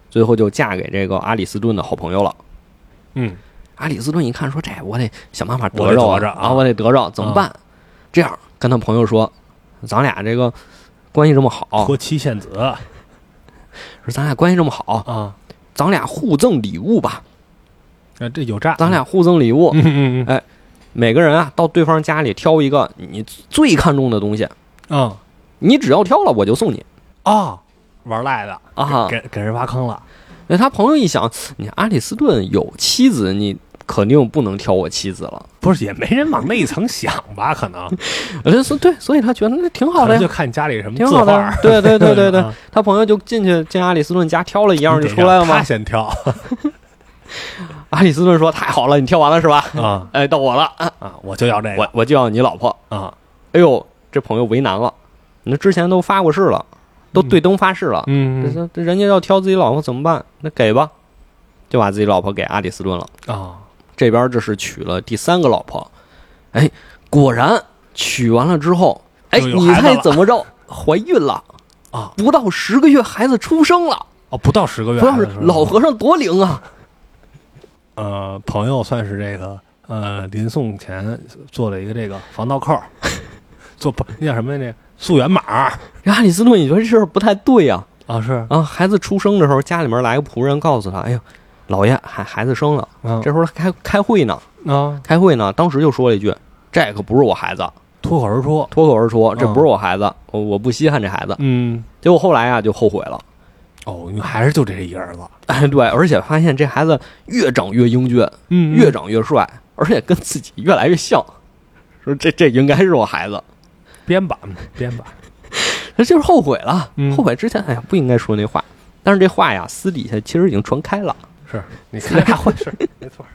S1: 最后就嫁给这个阿里斯顿的好朋友了。
S2: 嗯，
S1: 阿里斯顿一看说：“这我得想办法
S2: 我
S1: 得
S2: 得
S1: 着啊
S2: 得着啊
S1: 啊，我得得着，怎么办？”这样跟他朋友说：“咱俩这个关系这么好，
S2: 托啊妻献子
S1: 啊说咱俩关系这么好，
S2: 啊，
S1: 咱俩互赠礼物吧，
S2: 啊这有诈，
S1: 咱俩互赠礼物，
S2: 嗯嗯嗯
S1: 每个人啊到对方家里挑一个你最看重的东西，
S2: 嗯啊
S1: 你只要挑了我就送你
S2: 啊，玩赖的
S1: 啊。
S2: 给给人挖坑了，
S1: 那他朋友一想，你阿里斯顿有妻子，你肯定不能挑我妻子了。
S2: 不是也没人往那一层想吧？可能
S1: 呃，所对，所以他觉得那挺好
S2: 可
S1: 的呀
S2: 能就，看家里什么
S1: 挺
S2: 字
S1: 好的
S2: 画
S1: 呀。。对对对对对，
S2: 啊，
S1: 他朋友就进去进阿里斯顿家挑了一样就
S2: 你
S1: 出来了
S2: 得让他
S1: 吗？啊
S2: 先挑
S1: 阿里斯顿说：“太好了，你挑完了是 吧？
S2: 啊
S1: 哎，到我了，啊
S2: 啊，我就要这
S1: 我
S2: 个
S1: 我就要你老婆。
S2: 啊，”
S1: 哎呦，这朋友为难了，你这之前都发过誓了，都对灯发誓了，这
S2: 嗯
S1: 这这人家要挑自己老婆怎么办？那给吧，就把自己老婆给阿里斯顿了。
S2: 啊
S1: 这边这是娶了第三个老婆，哎，果然娶完了之后，哎，
S2: 就有
S1: 你
S2: 孩子了
S1: 猜怎么 着？怀孕了
S2: 啊！
S1: 不到十个月，孩子出生了，
S2: 哦，不到十个月
S1: 不
S2: 还
S1: 要
S2: 是
S1: 是
S2: 什么，
S1: 老和尚多灵啊！
S2: 呃，朋友算是这个呃，临送前做了一个这个防盗 扣，做不那叫什么呀？这溯源码儿
S1: 这阿里斯顿，你说这事儿不太对呀、
S2: 啊，是，
S1: 啊！孩子出生的时候，家里面来个仆人告诉他，哎呦，老爷，孩孩子生了。
S2: 嗯
S1: 这时候他开开会呢，
S2: 啊，
S1: 开会呢，当时就说了一句：“这可不是我孩子。”
S2: 脱口而出，
S1: 脱口而出：“这
S2: 嗯
S1: 不是我孩子，我我不稀罕这孩子。
S2: 嗯，”
S1: 结果后来啊，就后悔了。
S2: 哦，你还是就这一个儿子，
S1: 哎，对，而且发现这孩子越长越英俊，
S2: 嗯
S1: 越长越帅，而且跟自己越来越像。说这这应该是我孩子，
S2: 编吧，嗯编 吧，
S1: 他就是后悔了
S2: 嗯，
S1: 后悔之前哎呀不应该说那话，但是这话呀私底下其实已经传开了，
S2: 是，你看他会 是没错儿，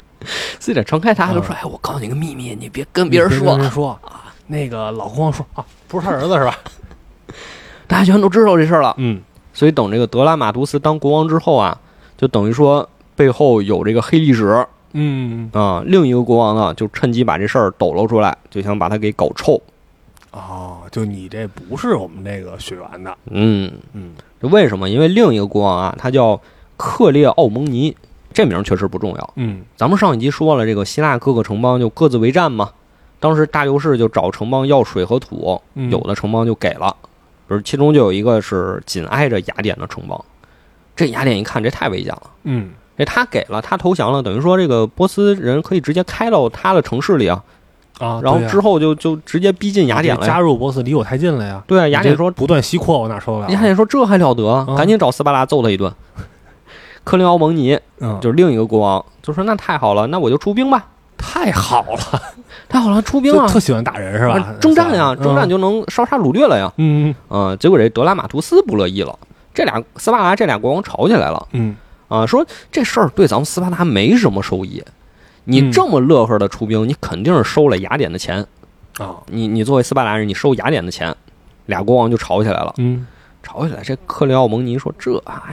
S1: 私底下传开，大家都说哎我告诉你个秘密，你别跟别人
S2: 你
S1: 说
S2: 别人
S1: 啊，
S2: 说啊，那个老光说啊，不是他儿子是吧？
S1: 大家全都知道这事儿了。
S2: 嗯，
S1: 所以等这个德拉马图斯当国王之后啊，就等于说背后有这个黑历史，
S2: 嗯
S1: 啊，另一个国王呢，就趁机把这事儿抖搂出来，就想把他给搞臭。
S2: 哦，就你这不是我们这个血缘的，
S1: 嗯，
S2: 嗯
S1: 这为什么？因为另一个国王啊，他叫克列奥蒙尼，这名儿确实不重要。
S2: 嗯
S1: 咱们上一集说了，这个希腊各个城邦就各自为战嘛。当时大流士就找城邦要水和土，
S2: 嗯
S1: 有的城邦就给了，比如其中就有一个是紧挨着雅典的城邦，这雅典一看这太危险了。
S2: 嗯
S1: 这他给了，他投降了，等于说这个波斯人可以直接开到他的城市里啊，
S2: 啊，
S1: 然后
S2: 对呀
S1: 之后就就直接逼近雅典了呀。
S2: 加入波斯离我太近了呀。
S1: 对啊，雅典
S2: 你这啊
S1: 说，
S2: 不断西扩，我哪受得了？
S1: 雅典说这还了得，啊
S2: 嗯
S1: 赶紧找斯巴达揍他一顿。 克林奥蒙尼
S2: 嗯，
S1: 就是另一个国王，就说那太好了，那我就出兵吧，
S2: 太好了，
S1: 太好了，出兵
S2: 就
S1: 啊，
S2: 特喜欢打人是吧
S1: 啊？征战呀，
S2: 嗯
S1: 征战就能烧杀掳掠了呀。
S2: 嗯
S1: 嗯，结果这德拉马图斯不乐意了，这俩斯巴达这俩国王吵起来了
S2: 嗯
S1: 啊，说这事儿对咱们斯巴达没什么收益。你
S2: 嗯
S1: 这么乐呵的出兵，你肯定是收了雅典的钱。
S2: 啊
S1: 你你作为斯巴达人，你收雅典的钱，俩国王就吵起来了。
S2: 嗯
S1: 吵起来，这克里奥蒙尼说：“这啊，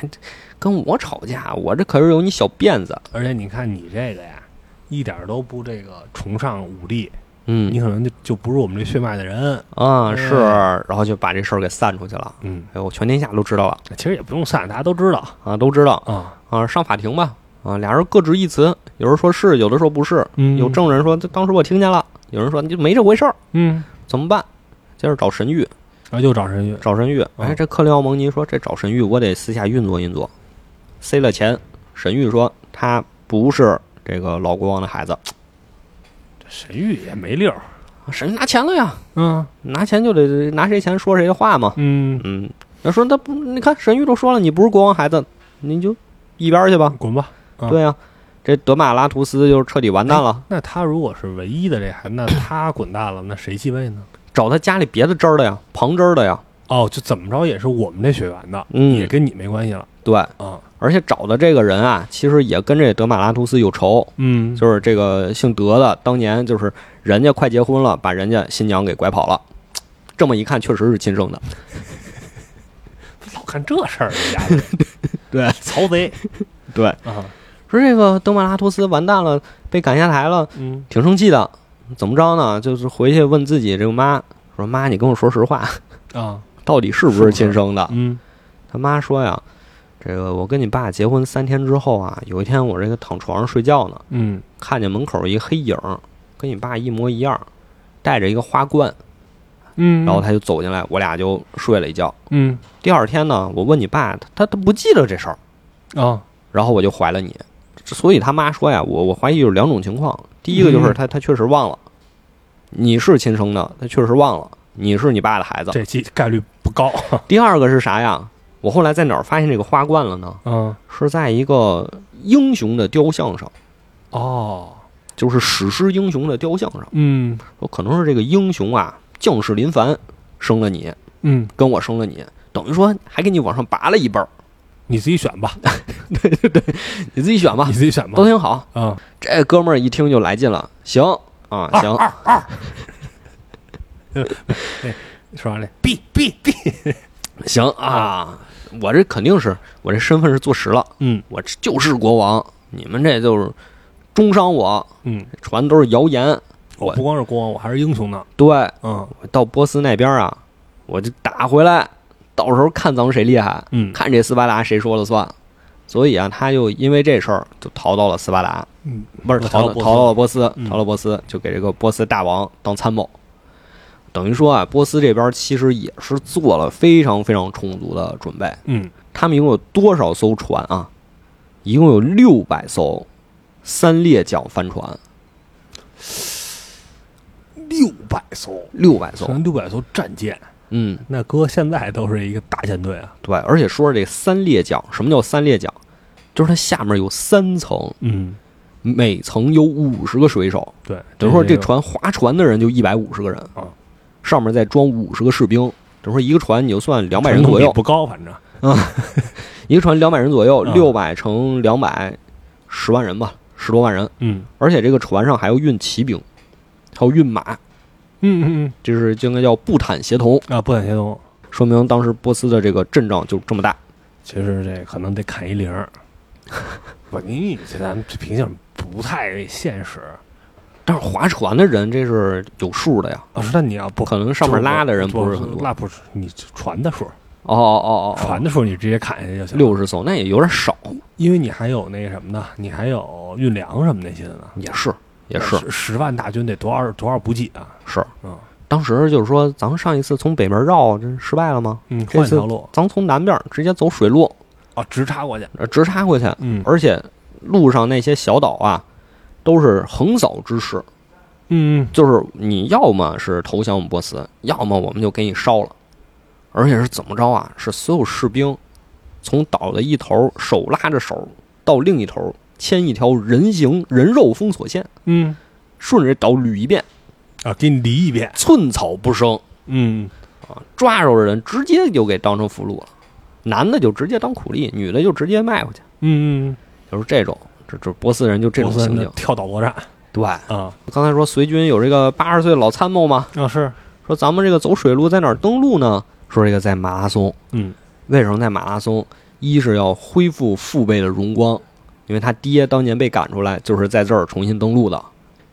S1: 跟我吵架，我这可是有你小辫子。
S2: 而且你看你这个呀，一点都不这个崇尚武力，”
S1: 嗯
S2: 你可能就就不是我们这血脉的人。
S1: 啊
S2: 嗯
S1: 是，然后就把这事儿给散出去了。
S2: 嗯，
S1: 哎呦，全天下都知道了
S2: 其实也不用散，大家都知道
S1: 啊，都知道
S2: 啊。
S1: 啊，上法庭吧啊，俩人各执一词，有人说是，有的说不是，
S2: 嗯
S1: 有证人说这当时我听见了，有人说你就没这回事儿，
S2: 嗯，
S1: 怎么办？接着找神谕，
S2: 然后又找神谕
S1: 找神谕。哎，
S2: 嗯
S1: 这克里奥蒙尼说这找神谕，我得私下运作运作，塞了钱。神谕说他不是这个老国王的孩子，啊
S2: 神谕也没溜儿。
S1: 神谕拿钱了呀。
S2: 嗯
S1: 拿钱就得拿谁钱说谁的话嘛。
S2: 嗯
S1: 嗯，那说那不，你看神谕都说了，你不是国王孩子，你就一边儿去吧。
S2: 滚吧！啊哎
S1: 对呀、这德玛拉图斯就彻底完蛋了，
S2: 那他如果是唯一的这孩子，那他滚蛋了，那谁继位呢？
S1: 找他家里别的汁儿的呀，旁支儿的呀，
S2: 哦，就怎么着也是我们这血缘的，也
S1: 嗯，
S2: 跟你没关系了
S1: 对，
S2: 啊。
S1: 而且找的这个人啊，其实也跟这德玛拉图斯有仇，
S2: 嗯，
S1: 就是这个姓德的，当年就是人家快结婚了，把人家新娘给拐跑了，这么一看确实是亲生的，
S2: 老干这事儿，这家伙
S1: 对
S2: 曹贼
S1: 对，
S2: 啊，
S1: 说这个德玛拉图斯完蛋了，被赶下台了，
S2: 嗯，
S1: 挺生气的，怎么着呢？就是回去问自己这个妈，说妈，你跟我说实话，
S2: 啊，
S1: 到底是不是亲生的？
S2: 嗯，
S1: 他妈说呀，这个我跟你爸结婚三天之后啊，有一天我这个躺床上睡觉呢，
S2: 嗯，
S1: 看见门口一黑影儿，跟你爸一模一样，带着一个花冠，
S2: 嗯，
S1: 然后他就走进来，我俩就睡了一觉。
S2: 嗯
S1: 第二天呢，我问你爸，他他他不记得这事儿，
S2: 啊，
S1: 然后我就怀了你。所以他妈说呀，我我怀疑有两种情况，第一个就是
S2: 嗯
S1: 他他确实忘了，你是亲生的，他确实忘了你是你爸的孩子。
S2: 这机概率不高，
S1: 第二个是啥呀？我后来在哪儿发现这个花冠了呢？
S2: 嗯，
S1: 是在一个英雄的雕像上，
S2: 哦，
S1: 就是史诗英雄的雕像上。
S2: 嗯
S1: 说可能是这个英雄啊，将士林凡生了你，
S2: 嗯，
S1: 跟我生了你，等于说还给你往上拔了一辈儿，
S2: 你自己选吧，
S1: 你自己选吧
S2: 你，自己选吧
S1: 啊都，挺好。
S2: 啊，
S1: 这哥们儿一听就来劲了，行啊，行，
S2: 说完了，B B B，
S1: 行啊，我这肯定是我这身份是坐实了，
S2: 嗯
S1: 我这就是国王，你们这就是中伤我，
S2: 嗯，
S1: 传的都是谣言。
S2: 我不光是国王，我还是英雄呢，
S1: 对
S2: 嗯
S1: 我到波斯那边啊，我就打回来，到时候看咱们谁厉害，
S2: 嗯
S1: 看这斯巴达谁说了算。所以啊，他就因为这事儿就逃到了斯巴达，
S2: 嗯，
S1: 不是逃
S2: 逃到
S1: 到
S2: 波斯
S1: 逃到了波斯
S2: 嗯，
S1: 逃到波斯就给这个波斯大王当参谋。等于说啊，波斯这边其实也是做了非常非常充足的准备。
S2: 嗯
S1: 他们一共有多少艘船啊？一共有六百艘三列桨帆船，
S2: 六百艘，
S1: 六百艘
S2: 可。能六百艘战舰，
S1: 嗯，
S2: 那哥现在都是一个大舰队啊，
S1: 对。而且说这三列桨，什么叫三列桨？就是它下面有三层，
S2: 嗯，
S1: 每层有五十个水手，
S2: 对，
S1: 等于说这
S2: 个
S1: 船划船的人就一百五十个人
S2: 啊，
S1: 上面再装五十个士兵，等于说一个船你就算两百人
S2: 传统
S1: 左
S2: 比
S1: 右，
S2: 不高，反正，
S1: 一个船两百人左右，
S2: 嗯
S1: 六百乘两百，十万人吧，十多万人。
S2: 嗯
S1: 而且这个船上还要运骑兵，还有运马，
S2: 嗯嗯嗯。
S1: 这是应该叫布坦协同，
S2: 啊，不敢协同，
S1: 说明当时波斯的这个阵仗就这么大。
S2: 其实这可能得砍一零儿。我你这咱们这评价不太现实
S1: 但是划船的人这是有数的呀，
S2: 啊，是但你要不
S1: 可能上面拉的人不是很多。
S2: 拉不是你船的数儿，
S1: 哦哦哦
S2: 船
S1: 哦，
S2: 的数儿你直接砍下去就行，
S1: 六十艘那也有点少，
S2: 因为你还有那个什么呢？你还有运粮什么那些的呢，
S1: 也是也是
S2: 十十万大军得多少多少补给啊？
S1: 是。
S2: 嗯
S1: 当时就是说，咱们上一次从北门绕，这失败了吗？
S2: 嗯，
S1: 这
S2: 换一
S1: 次
S2: 条路
S1: 咱从南边直接走水路，
S2: 啊，直插过去，
S1: 呃直插过去，
S2: 嗯
S1: 而且路上那些小岛啊，都是横扫之势，
S2: 嗯
S1: 就是你要么是投降我们波斯，要么我们就给你烧了。而且是怎么着啊？是所有士兵从岛的一头手拉着手到另一头，牵一条人形人肉封锁线，
S2: 嗯
S1: 顺着岛捋一遍，
S2: 啊，给你犁一遍，
S1: 寸草不生
S2: 嗯
S1: 啊！抓着的人直接就给当成俘虏了，男的就直接当苦力，女的就直接卖回去，
S2: 嗯嗯，
S1: 就是这种，这这波斯人就这种
S2: 公司
S1: 行
S2: 那
S1: 径。
S2: 跳岛作战
S1: 对，
S2: 啊
S1: 刚才说隋军有这个八十岁老参谋吗？
S2: 啊是，
S1: 说咱们这个走水路在哪儿登陆呢？说这个在马拉松。
S2: 嗯
S1: 为什么在马拉松？一是要恢复父辈的荣光，因为他爹当年被赶出来就是在这儿重新登陆的。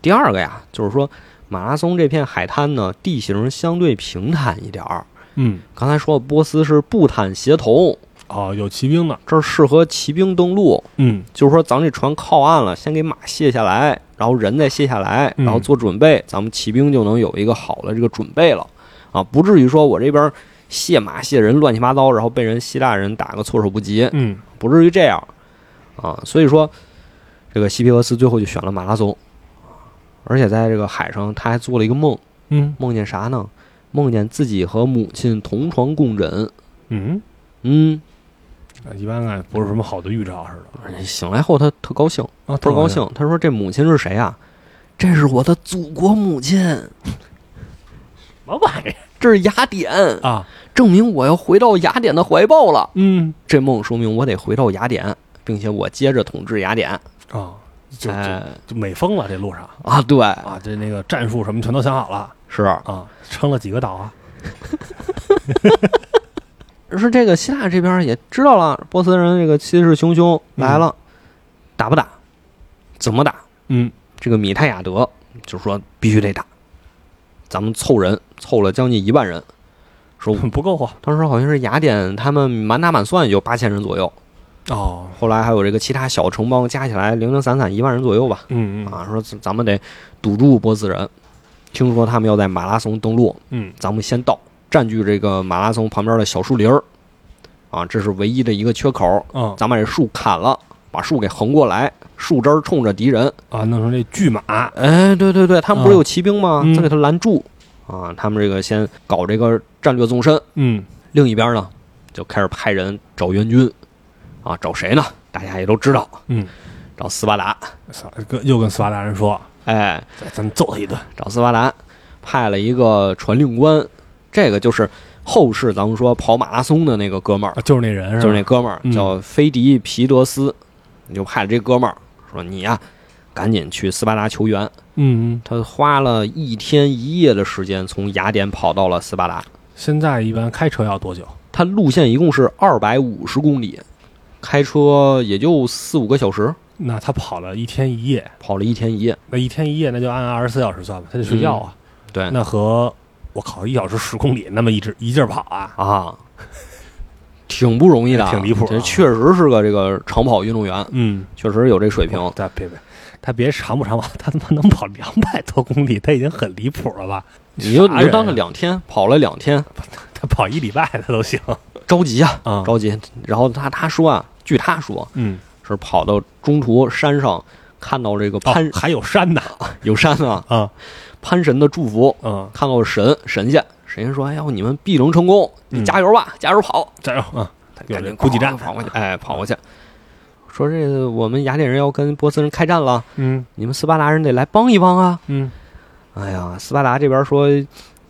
S1: 第二个呀，就是说马拉松这片海滩呢，地形相对平坦一点儿。
S2: 嗯
S1: 刚才说波斯是布坦协同，
S2: 哦，有骑兵的，
S1: 这儿适合骑兵登陆。
S2: 嗯
S1: 就是说，咱们这船靠岸了，先给马卸下来，然后人再卸下来，
S2: 嗯
S1: 然后做准备，咱们骑兵就能有一个好的这个准备了，啊，不至于说我这边卸马卸人乱七八糟，然后被人希腊人打个措手不及，
S2: 嗯
S1: 不至于这样，啊，所以说，这个西皮俄斯最后就选了马拉松，而且在这个海上他还做了一个梦，
S2: 嗯。
S1: 梦见啥呢？梦见自己和母亲同床共枕，
S2: 嗯，
S1: 嗯，
S2: 哎一般看不是什么好的预兆似的
S1: 醒来后他特高兴，
S2: 啊，
S1: 倍儿高兴。他说：“这母亲是谁啊？这是我的祖国母亲，
S2: 什么玩意
S1: 这是雅典，
S2: 儿啊？
S1: 证明我要回到雅典的怀抱了。
S2: 嗯
S1: 这梦说明我得回到雅典，并且我接着统治雅典。
S2: 啊，就就
S1: 哎
S2: 就美疯了这路上
S1: 啊，对，
S2: 啊，这那个战术什么全都想好了
S1: 是
S2: 啊，撑了几个岛啊？
S1: 是这个希腊这边也知道了，波斯人这个气势汹汹来了，嗯打不打？怎么打？
S2: 嗯
S1: 这个米泰亚德就说必须得打，咱们凑人凑了将近一万人，说
S2: 不够啊。
S1: 当时好像是雅典他们满打满算也就八千人左右，
S2: 哦，
S1: 后来还有这个其他小城邦加起来零零散散一万人左右吧。
S2: 嗯嗯
S1: 啊，说咱咱们得堵住波斯人，听说他们要在马拉松登陆，
S2: 嗯
S1: 咱们先到，占据这个马拉松旁边的小树林儿，啊，这是唯一的一个缺口，
S2: 啊
S1: 咱们把这树砍了，把树给横过来，树枝儿冲着敌人。
S2: 啊，弄成这巨马
S1: 哎，对对对，他们不是有骑兵吗？
S2: 嗯
S1: 再给他拦住啊！他们这个先搞这个战略纵深，
S2: 嗯
S1: 另一边呢就开始派人找援军，啊，找谁呢？大家也都知道，
S2: 嗯，
S1: 找斯巴达。
S2: 操跟又跟斯巴达人说，
S1: 哎，
S2: 咱咱揍他一顿。
S1: 找斯巴达，派了一个传令官，这个就是后世咱们说跑马拉松的那个哥们儿，
S2: 啊，就是那人是吧？
S1: 就是那哥们儿
S2: 嗯
S1: 叫菲迪皮德斯，你就派了这哥们儿说你呀、赶紧去斯巴达求援。
S2: 嗯，
S1: 他花了一天一夜的时间从雅典跑到了斯巴达，
S2: 嗯现在一般开车要多久？
S1: 他路线一共是二百五十公里，开车也就四五个小时，
S2: 那他跑了一天一夜，
S1: 跑了一天一夜。
S2: 那一天一夜那就按二十四小时算吧，他得睡觉啊。
S1: 对
S2: 那和我靠一小时十公里那么一直一劲儿跑啊，
S1: 啊，挺不容易的啊，
S2: 挺离谱啊
S1: 这确实是个这个长跑运动员。
S2: 嗯，哦
S1: 确实有这水平。
S2: 他别别，他别长不长跑，他他妈能跑两百多公里，他已经很离谱了吧？
S1: 你就
S2: 啥
S1: 你就
S2: 人
S1: 当他
S2: 啊
S1: 两天跑了两天，
S2: 他跑一礼拜他都行
S1: 着急啊，
S2: 啊
S1: 着急。然后他他说啊，据他说
S2: 嗯，
S1: 是跑到中途山上看到这个
S2: 哦
S1: 潘、
S2: 还有山呢
S1: 有山啊，
S2: 啊
S1: 潘神的祝福，
S2: 啊，
S1: 看到神神仙，神仙说：“哎呦，你们必能成功，你
S2: 嗯
S1: 加油吧，加油跑
S2: 加油啊！！”有
S1: 赶
S2: 这
S1: 紧
S2: 补给站
S1: 跑跑过去，哎，跑过去。说这个我们雅典人要跟波斯人开战了，
S2: 嗯
S1: 你们斯巴达人得来帮一帮啊！
S2: 嗯
S1: 哎呀，斯巴达这边说，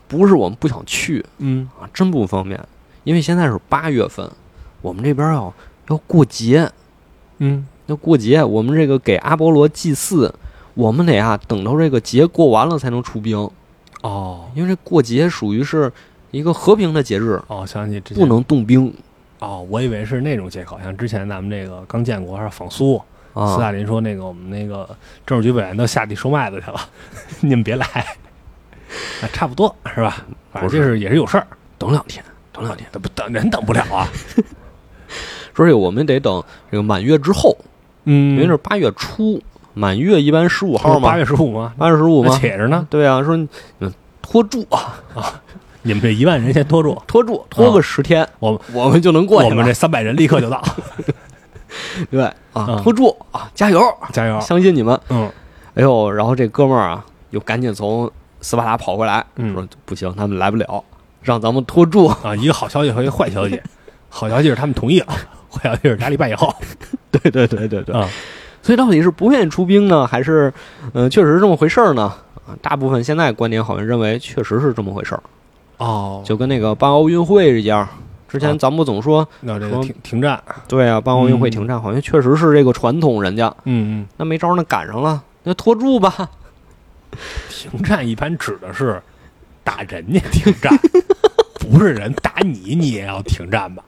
S1: 不是我们不想去，
S2: 嗯
S1: 啊，真不方便，因为现在是八月份，我们这边要要过节，
S2: 嗯
S1: 要过节，我们这个给阿波罗祭祀，我们得啊等到这个节过完了才能出兵，
S2: 哦
S1: 因为这过节属于是一个和平的节日，
S2: 哦，想起之前
S1: 不能动兵
S2: 哦，我以为是那种借口，像之前咱们这个刚建国还是仿苏，斯
S1: 啊。
S2: 大林说那个我们那个政治局委员都下地收麦子去了，你们别来，啊，差不多是吧？反正
S1: 不是
S2: 就是也是有事儿，
S1: 等两天，等两天，
S2: 等不等人等不了啊，
S1: 说这个我们得等这个满月之后，因
S2: 嗯哦
S1: 为这是八月初，满月一般十五号嘛
S2: 八，月十五吗？
S1: 八月十五
S2: 那
S1: 嘛。
S2: 且着呢，
S1: 对啊，说你们拖住啊，
S2: 你们这一万人先拖住，
S1: 拖住，拖个十天，
S2: 我们
S1: 啊我们就能过去
S2: 我
S1: 了。
S2: 们这三百人立刻就 到，
S1: 对啊，
S2: 嗯
S1: 拖住啊，加油，
S2: 加油！
S1: 相信你们。
S2: 嗯
S1: 哎呦，然后这哥们儿啊，又赶紧从斯巴达跑回来，
S2: 嗯
S1: 说不行，他们来不了，让咱们拖 住。
S2: 啊，一个好消息和一个坏消息，好消息是他们同意了，坏消息是俩礼拜以后
S1: 对对对对对。
S2: 啊，
S1: 所以到底是不愿意出兵呢，还是嗯、呃确实是这么回事儿呢？啊，大部分现在观点好像认为确实是这么回事儿，
S2: 哦，
S1: 就跟那个办奥运会一样。之前
S2: 啊
S1: 咱们不总说，
S2: 那这
S1: 说
S2: 个停停战，
S1: 对啊，办奥运会停战，好像确实是这个传统人家，
S2: 嗯嗯。
S1: 那没招儿，那赶上了，那拖住吧。
S2: 停战一般指的是打人家停战， 不是人打你，你也要停战吧？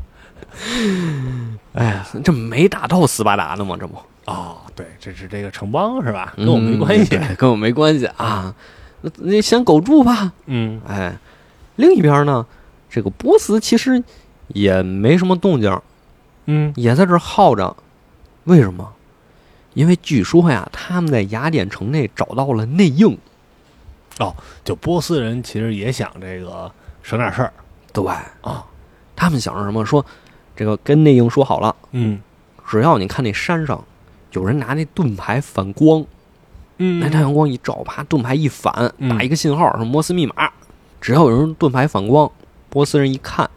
S1: 哎呀，这没打到斯巴达呢吗？这不。
S2: 哦，对，这是这个城邦是吧？跟我没关系
S1: 嗯。对跟我没关系啊。那那先苟住吧。
S2: 嗯
S1: 哎，另一边呢，这个波斯其实也没什么动静，
S2: 嗯
S1: 也在这儿耗着。为什么？因为据说呀，他们在雅典城内找到了内应。
S2: 就波斯人其实也想这个省点事儿
S1: 对，
S2: 啊。
S1: 他们想着什么？说这个跟内应说好了，
S2: 嗯
S1: 只要你看那山上有人拿那盾牌反光，
S2: 嗯
S1: 那太阳光一照，啪，盾牌一反，
S2: 嗯
S1: 打一个信号是摩斯密码。只要有人盾牌反光，波斯人一看，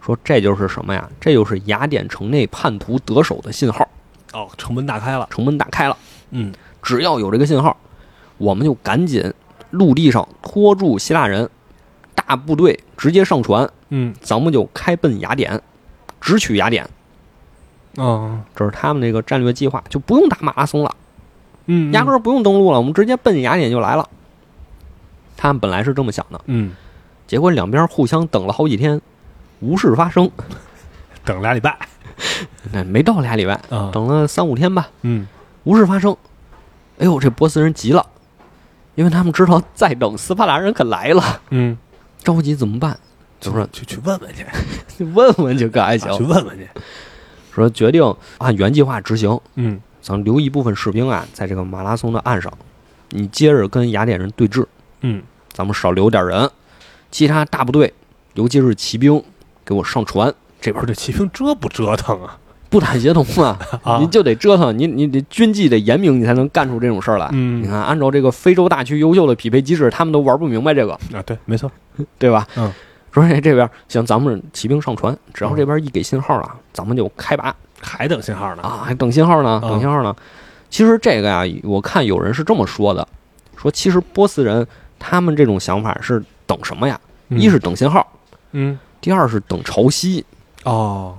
S1: 说这就是什么呀？这就是雅典城内叛徒得手的信号，
S2: 哦，城门大开了，
S1: 城门打开了。
S2: 嗯，
S1: 只要有这个信号，我们就赶紧陆地上拖住希腊人，大部队直接上船，
S2: 嗯，
S1: 咱们就开奔雅典，直取雅典。
S2: 哦，
S1: 这是他们这个战略计划，就不用打马拉松了，
S2: 嗯，
S1: 压根儿不用登陆了，我们直接奔雅典就来了。他们本来是这么想的，
S2: 嗯，
S1: 结果两边互相等了好几天，无事发 生。
S2: 等俩礼拜
S1: 那没到俩礼拜，
S2: 啊，
S1: 等了三五天吧，
S2: 嗯，
S1: 无事发生。哎呦，这波斯人急了，因为他们知道再等斯巴达人可来 了，
S2: 嗯，
S1: 着急怎么办？就说
S2: 去去问问去，
S1: 问问去可还
S2: 啊去
S1: 行？
S2: 问问去，
S1: 说决定按原计划执行，
S2: 嗯，
S1: 咱留一部分士兵啊，在这个马拉松的岸上，你接着跟雅典人对峙，
S2: 嗯，
S1: 咱们少留点人，其他大部队，尤其是骑兵，给我上船。这
S2: 不
S1: 边
S2: 是这骑兵折不折腾啊？
S1: 不打协同啊，
S2: 啊
S1: 你，就得折腾，你你得军纪得严明，你才能干出这种事儿来。你
S2: 嗯，
S1: 看，按照这个非洲大区优秀的匹配机制，他们都玩不明白这个，
S2: 啊，对，没错，
S1: 对吧？
S2: 嗯。
S1: 说这这边行，咱们骑兵上船，只要这边一给信号了，咱们就开拔
S2: 还等信号呢
S1: 啊！还等信号呢，
S2: 嗯
S1: 等信号呢。其实这个呀，我看有人是这么说的，说其实波斯人他们这种想法是等什么呀？一是，等信号，
S2: 嗯，
S1: 第二是等潮汐，
S2: 哦，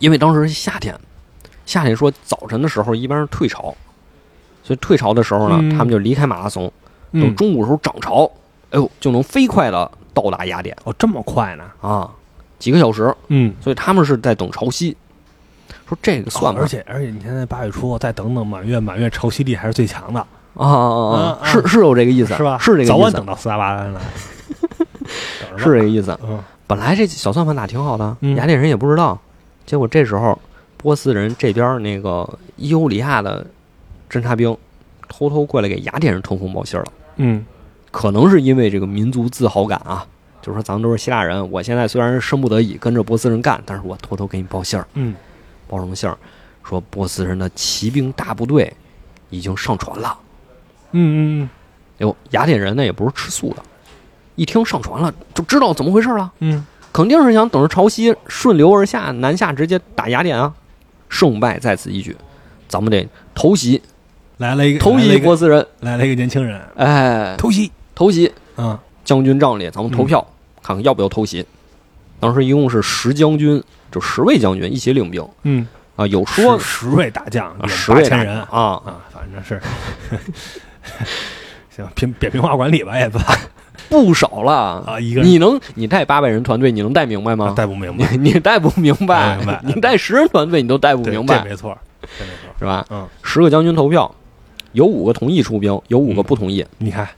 S1: 因为当时是夏天，夏天说早晨的时候一般是退潮，所以退潮的时候呢，
S2: 嗯
S1: 他们就离开马拉松，等
S2: 嗯，
S1: 中午的时候涨潮，哎呦，就能飞快的到达雅典
S2: 哦，这么快呢？
S1: 啊，几个小时。
S2: 嗯，
S1: 所以他们是在等潮汐。说这个算
S2: 哦
S1: 吧
S2: 而，且而且你现在八月初再等等满月，满月潮汐力还是最强的，
S1: 啊啊啊
S2: 嗯
S1: 啊，
S2: 嗯
S1: 是是有这个意思，
S2: 是吧？
S1: 是这
S2: 早
S1: 个意
S2: 晚
S1: 思
S2: 等，到斯拉巴 人来，等
S1: 是
S2: 着吧，
S1: 这个意思。
S2: 嗯
S1: 本来这小算盘打挺好的，
S2: 嗯
S1: 雅典人也不知道，结果这时候波斯人这边那个伊欧里亚的侦察兵偷偷过来给雅典人通风报信儿了。
S2: 嗯
S1: 可能是因为这个民族自豪感啊，就是说咱们都是希腊人，我现在虽然是身不得已跟着波斯人干，但是我偷偷给你报信儿，
S2: 嗯，
S1: 报什么信儿？说波斯人的骑兵大部队已经上船了。
S2: 嗯嗯
S1: 哎呦，雅典人呢也不是吃素的，一听上船了就知道怎么回事了，
S2: 嗯
S1: 肯定是想等着潮汐顺流而下，南下直接打雅典啊！胜败在此一举，咱们得偷袭，
S2: 嗯，来了一个
S1: 偷
S2: 来了
S1: 袭
S2: 一个
S1: 波斯人，
S2: 来了一个年轻人，
S1: 哎，
S2: 偷袭，
S1: 偷袭
S2: 嗯
S1: 将军帐里，咱们投票、看看要不要偷袭。当时一共是十将军，就十位将军一起领兵
S2: 嗯，
S1: 啊，有说
S2: 十十位大将，
S1: 啊
S2: 也
S1: 十
S2: 八
S1: 位
S2: 千
S1: 大
S2: 人啊，
S1: 啊，
S2: 反正是。 行，扁扁平化管理吧，也不
S1: 不少了。
S2: 啊，一个人
S1: 你能你带八百人团队，你能带明白
S2: 啊
S1: 吗？
S2: 带不明
S1: 你
S2: 白，
S1: 你带不明白，
S2: 带不明白
S1: 你带十人团队你都带不
S2: 对
S1: 明
S2: 这
S1: 白，
S2: 没错，这没错。
S1: 是吧？
S2: 嗯，
S1: 十个将军投票，有五个同意出兵，有五个不同意，
S2: 你看，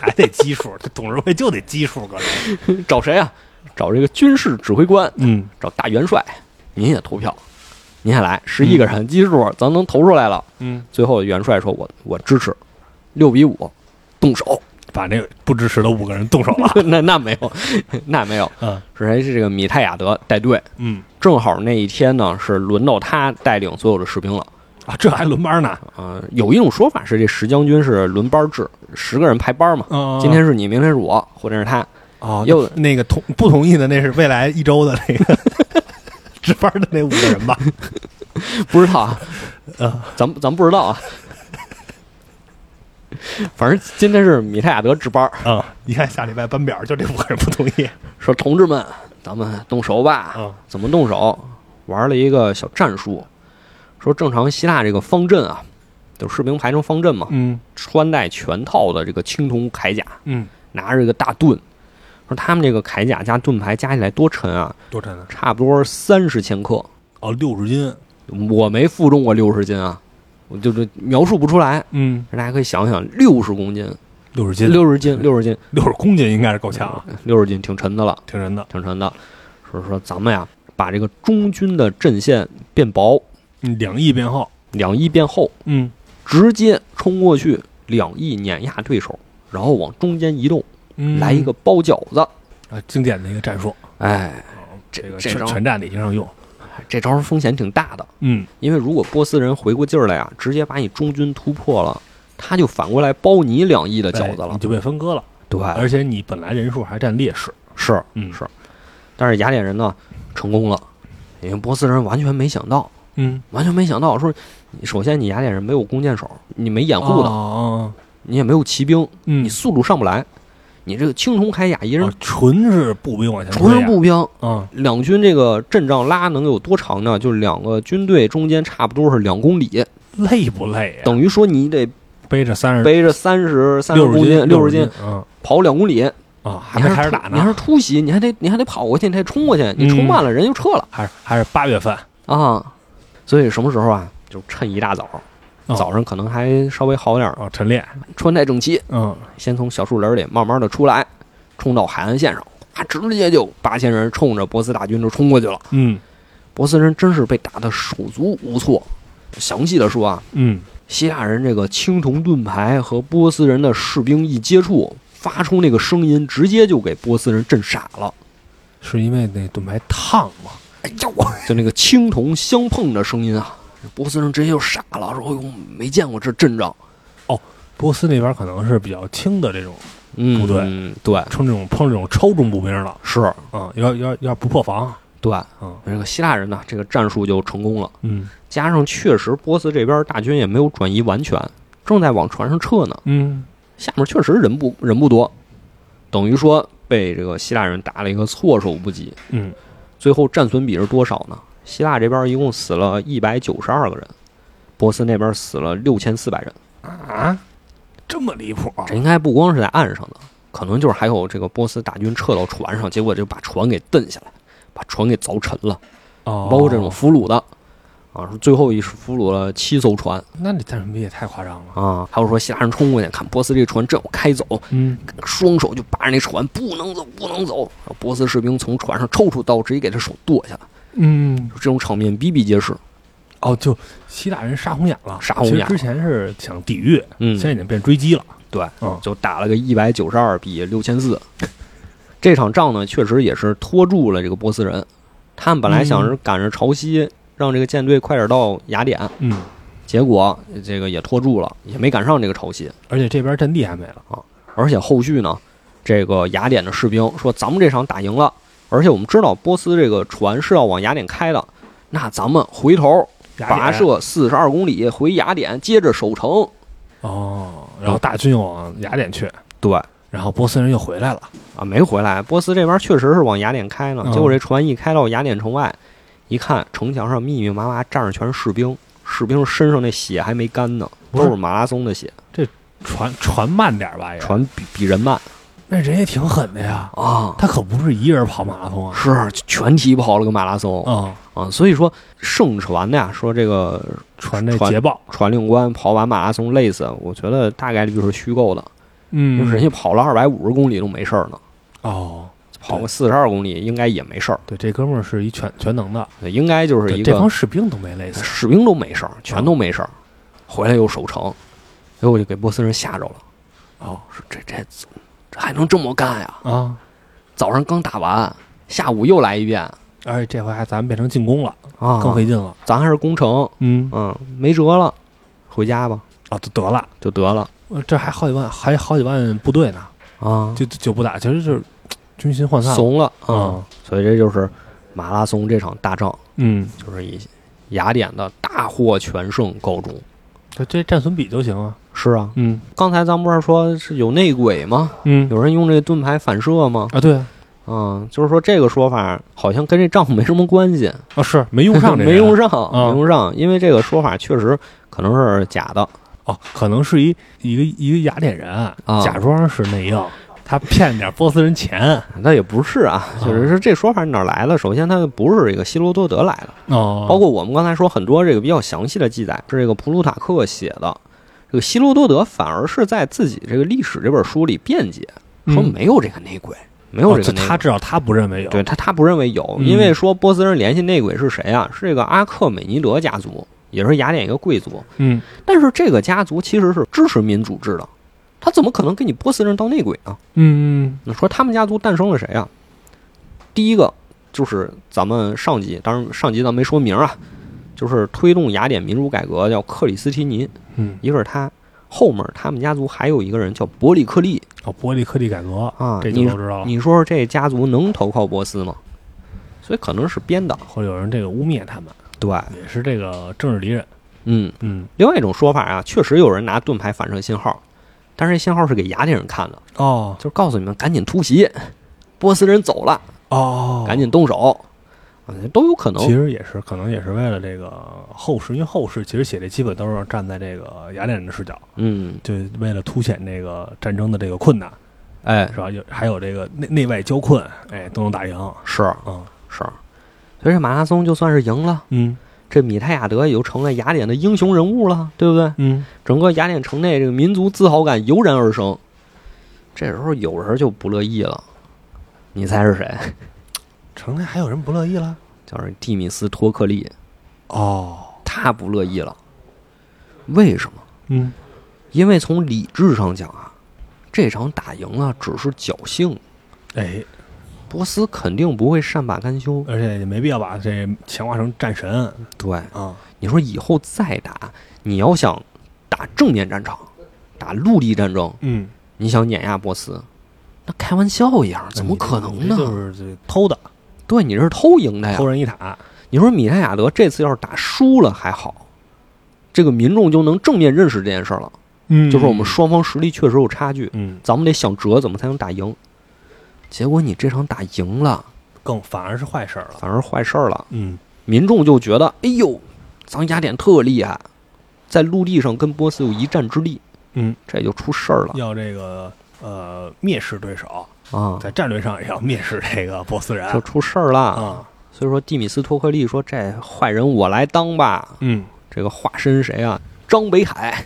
S2: 还得基数，这董事会就得基数，哥。
S1: 找谁啊？找这个军事指挥官，
S2: 嗯
S1: 找大元帅，您也投票，您也来，十一个人基数，咱能投出来了。
S2: 嗯，
S1: 最后元帅说我我支持，六比五，动手。
S2: 把那个不支持的五个人动手了。
S1: 那那没有， 那没有，
S2: 嗯
S1: 是谁？是这个米泰亚德带队。
S2: 嗯
S1: 正好那一天呢，是轮到他带领所有的士兵了。
S2: 啊，这还轮班呢？
S1: 啊、有一种说法是这十将军是轮班制，十个人排班嘛。
S2: 嗯，
S1: 今天是你，明天是我，后天是他。
S2: 哦，
S1: 又
S2: 那那个同不同意的那是未来一周的那个值班的那五个人吧？
S1: 不知道啊，
S2: 嗯
S1: 咱咱不知道啊。反正今天是米泰亚德值班，
S2: 嗯， 你看下礼拜班表就这五个人不同意。
S1: 说同志们，咱们动手吧。
S2: 嗯
S1: 怎么动手？玩了一个小战术，说正常希腊这个方阵啊，就士兵排成方阵嘛，
S2: 嗯
S1: 穿戴全套的这个青铜铠甲，
S2: 嗯，
S1: 拿着一个大盾。说他们这个铠甲加盾牌加起来多沉啊？
S2: 多沉啊！
S1: 差不多三十千克。
S2: 哦，六十斤。
S1: 我没负重过六十斤啊，我就这描述不出来。
S2: 嗯，
S1: 大家可以想想，六十公斤，
S2: 六十斤，
S1: 六十斤，六十斤，
S2: 六十公斤应该是够呛啊，
S1: 六十斤，挺沉的了，
S2: 挺沉的。
S1: 挺沉的。所以说咱们呀，把这个中军的阵线变薄，
S2: 嗯，两亿编号。
S1: 两翼变厚，
S2: 嗯
S1: 直接冲过去，两翼碾压对手，然后往中间移动，
S2: 嗯，
S1: 来一个包饺子。
S2: 啊，经典的一个战术。
S1: 哎，
S2: 嗯这个
S1: 这
S2: 全
S1: 招
S2: 全站里经常用。
S1: 这招风险挺大的，
S2: 嗯，
S1: 因为如果波斯人回过劲儿来呀，直接把你中军突破了，他就反过来包你两翼的饺子
S2: 哎
S1: 了
S2: 你。就被分割了，
S1: 对，
S2: 而且你本来人数还占劣势。
S1: 是
S2: 嗯
S1: 是，但是雅典人呢成功了，因为波斯人完全没想到，
S2: 嗯，
S1: 完全没想到说，首先你雅典人没有弓箭手，你没掩
S2: 掩
S1: 护的，
S2: 的，
S1: 你也没有骑兵，
S2: 哦嗯
S1: 你，速度上不来，你这个青铜铠甲一人
S2: 啊纯是步兵往前推
S1: 纯是
S2: 呀，
S1: 步兵，
S2: 啊，
S1: 两军这个阵仗拉能有多长呢？就是两个军队中间差不多是两公
S2: 哎
S1: 里，
S2: 累不累呀？
S1: 等于说你得
S2: 背着三十
S1: 背着三十三十
S2: 六
S1: 公斤、
S2: 斤
S1: 六十
S2: 十
S1: 斤，
S2: 嗯
S1: 跑两公里，
S2: 啊，还
S1: 你
S2: 没
S1: 是
S2: 开始
S1: 突
S2: 打
S1: 你还
S2: 呢，嗯
S1: 是突袭，你还得你还得跑过去，你还冲过去，你冲慢了人就撤了
S2: 还是还是八月份，
S1: 啊。所以什么时候啊，就趁一大早，
S2: 哦
S1: 早上可能还稍微好点儿，
S2: 哦，晨练，林
S1: 穿戴整齐，
S2: 嗯，
S1: 先从小树林里慢慢的出来，冲到海岸线上，啊，直接就八千人冲着波斯大军就冲过去了。
S2: 嗯
S1: 波斯人真是被打得手足无措。详细的说啊，
S2: 嗯，
S1: 希腊人这个青铜盾牌和波斯人的士兵一接触，发出那个声音，直接就给波斯人震傻了。
S2: 是因为那盾牌烫嘛，
S1: 哎呦，就那个青铜相碰的声音啊，波斯人直接就傻了，说：“哎呦，没见过这阵仗。
S2: 波斯那边可能是比较轻的这种，”
S1: 嗯，
S2: 不对
S1: 对，对，
S2: 冲这种碰这种超重步兵了，
S1: 是，
S2: 啊，要要要不破防，
S1: 对。
S2: 嗯
S1: 这个希腊人呢，这个战术就成功了。
S2: 嗯
S1: 加上确实波斯这边大军也没有转移完全，正在往船上撤呢。
S2: 嗯，
S1: 下面确实人不人不多，等于说被这个希腊人打了一个措手不及。
S2: 嗯，
S1: 最后战损比是多少呢？希腊这边一共死了一百九十二个人，波斯那边死了六千四百人。
S2: 啊，这么离谱啊，
S1: 这应该不光是在岸上的，可能就是还有这个波斯大军撤到船上，结果就把船给蹬下来，把船给凿沉了，
S2: 哦，
S1: 包括这种俘虏的，啊，最后一是俘虏了七艘船
S2: 那你战神币也太夸张了。
S1: 啊，还有说希腊人冲过去看波斯这船正要开走，
S2: 嗯，
S1: 双手就扒着那船，不能走，不能走。然后波斯士兵从船上抽出刀，直接给他手剁下来。
S2: 嗯
S1: 就，这种场面比比皆是。
S2: 哦，就希腊人杀红眼了，
S1: 杀红眼了
S2: 其实之前是想抵御，
S1: 嗯
S2: 现，在已经变追击了。
S1: 对，
S2: 嗯
S1: 就打了个一百九十二比六千四。这场仗呢，确实也是拖住了这个波斯人。他们本来想是赶着潮汐，让这个舰队快点到雅典，
S2: 嗯，
S1: 结果这个也拖住了，也没赶上这个潮汐。
S2: 而且这边阵地还没了。
S1: 而且后续呢，这个雅典的士兵说：“咱们这场打赢了，而且我们知道波斯这个船是要往雅典开的，那咱们回头
S2: 雅典
S1: 跋涉四十二公里回雅典，接着守城。
S2: 哦，然后大军又往雅典去，
S1: 对
S2: 然后波斯人又回来了。
S1: 啊，没回来。波斯这边确实是往雅典开呢，
S2: 嗯
S1: 结果这船一开到雅典城外，一看城墙上密密麻麻站着全是士兵，士兵身上那血还没干呢，
S2: 不
S1: 都
S2: 是哎
S1: 是马拉松的血。
S2: 船船慢点吧也，
S1: 船比比人慢
S2: 那人也挺狠的呀，
S1: 啊，
S2: 他可不是一人跑马拉松啊。
S1: 是全体跑了个马拉松
S2: 嗯，
S1: 啊。所以说盛传的呀，说这个
S2: 船这
S1: 船
S2: 捷报，
S1: 传令官跑完马拉松累死，我觉得大概率是虚构的，因
S2: 嗯
S1: 为人家跑了二百五十公里都没事儿呢，
S2: 哦，
S1: 跑个四十二公里应该也没事儿。
S2: 对，这哥们儿是一全全能的，
S1: 应该就是
S2: 对
S1: 一
S2: 这帮
S1: 个
S2: 士兵都没累死。
S1: 士兵都没事儿，全都没事儿，回来又守城，结果就给波斯人吓着了，
S2: 哦
S1: 说这这这还能这么干呀？
S2: 啊，
S1: 早上刚打完，下午又来一遍
S2: 而且这回还咱们变成进攻了，
S1: 啊，
S2: 更费劲了。
S1: 咱还是攻城，
S2: 嗯，
S1: 嗯，没辙了，回家吧
S2: 啊，就得了。
S1: 就得了
S2: 呃这还好几万，还好几万部队呢，
S1: 啊，
S2: 就就不打，其实就是嘖军心涣散了。
S1: 怂了啊
S2: 嗯，
S1: 所以这就是马拉松这场大仗，
S2: 嗯，
S1: 就是以雅典的大获全胜告终。
S2: 这这战损比就行啊。
S1: 是啊，
S2: 嗯
S1: 刚才咱们不是说是有内鬼吗？
S2: 嗯
S1: 有人用这盾牌反射吗？
S2: 啊，对啊，
S1: 嗯，就是说这个说法好像跟这丈夫没什么关系，
S2: 啊是没用上这
S1: 没用
S2: 人
S1: 上，
S2: 嗯
S1: 没用上，因为这个说法确实可能是假的。
S2: 哦，可能是一一个一个雅典人
S1: 啊
S2: 假装是内 应，他骗点波斯人钱
S1: 那也不是啊，就是说这说法哪儿来的？首先，它不是这个希罗多德来的，
S2: 哦
S1: 包括我们刚才说很多这个比较详细的记载是这个普鲁塔克写的。这个希罗多德反而是在自己这个历史这本书里辩解，说
S2: 嗯
S1: 没有这个内鬼，没有
S2: 哦
S1: 这
S2: 就
S1: 个内
S2: 他
S1: 鬼。
S2: 至少他不认为有
S1: 对他，他不认为有，
S2: 嗯
S1: 因为说波斯人联系内鬼是谁啊？是这个阿克美尼德家族，也是雅典一个贵族。
S2: 嗯
S1: 但是这个家族其实是支持民主制的，他怎么可能跟你波斯人当内鬼呢？
S2: 嗯
S1: 你说他们家族诞生了谁啊？第一个就是咱们上级，当然上级咱没说名啊，就是推动雅典民主改革叫克里斯提尼，
S2: 嗯
S1: 一个是他，后面他们家族还有一个人叫伯里克利
S2: 哦，玻璃颗粒改革
S1: 啊。
S2: 这就
S1: 你
S2: 都知道了
S1: 你说这家族能投靠波斯吗？所以可能是编的。
S2: 或者有人这个污蔑他们，
S1: 对，
S2: 也是这个政治敌人。
S1: 嗯，
S2: 嗯，
S1: 另外一种说法啊，确实有人拿盾牌反射信号，但是这信号是给雅典人看的，
S2: 哦
S1: 就是告诉你们赶紧突袭，波斯人走了，
S2: 哦，
S1: 赶紧动手，啊，都有可
S2: 其
S1: 能。
S2: 实也是，可能也是为了这个后世，因为后世其实写的基本都是站在这个雅典人的视角，
S1: 嗯，
S2: 就为了凸显这个战争的这个困难，
S1: 哎，
S2: 是吧？有还有这个内内外交困，哎，都能打赢啊、
S1: 是
S2: 嗯
S1: 是，所以这马拉松就算是赢了，
S2: 嗯
S1: 这米泰亚德也就成了雅典的英雄人物了，对不对？
S2: 嗯，
S1: 整个雅典城内这个民族自豪感油然而生。这时候有人就不乐意了，你猜是谁？
S2: 城内还有人不乐意了？
S1: 就是蒂米斯托克利，
S2: 哦，
S1: 他不乐意了。为什么？
S2: 嗯，
S1: 因为从理智上讲啊，这场打赢了只是侥幸，
S2: 哎，
S1: 波斯肯定不会善罢甘休。
S2: 而且也没必要把这强化成战神
S1: 对，
S2: 啊。
S1: 你说以后再打，你要想打正面战场，打陆地战争，
S2: 嗯，
S1: 你想碾压波斯，那开玩笑一样，怎么可能呢？
S2: 这就是这偷的，
S1: 对，你是偷赢的呀
S2: 偷。人一塔。
S1: 你说米泰亚德这次要是打输了还好，这个民众就能正面认识这件事儿了，
S2: 嗯
S1: 就是我们，双方实力确实有差距，
S2: 嗯，
S1: 咱们得想辙怎么才能打赢。结果你这场打赢了，
S2: 更反而是坏事儿了。
S1: 反而坏事儿了，
S2: 嗯，
S1: 民众就觉得，哎呦，咱雅典特厉害，在陆地上跟波斯有一战之力，
S2: 嗯，
S1: 这就出事儿了
S2: 要这个呃蔑视对手，
S1: 啊，
S2: 在战略上也要蔑视这个波斯人
S1: 就出事儿了。
S2: 啊，
S1: 所以说，蒂米斯托克利说：“这坏人我来当吧。”
S2: 嗯
S1: 这个化身谁啊？张北海，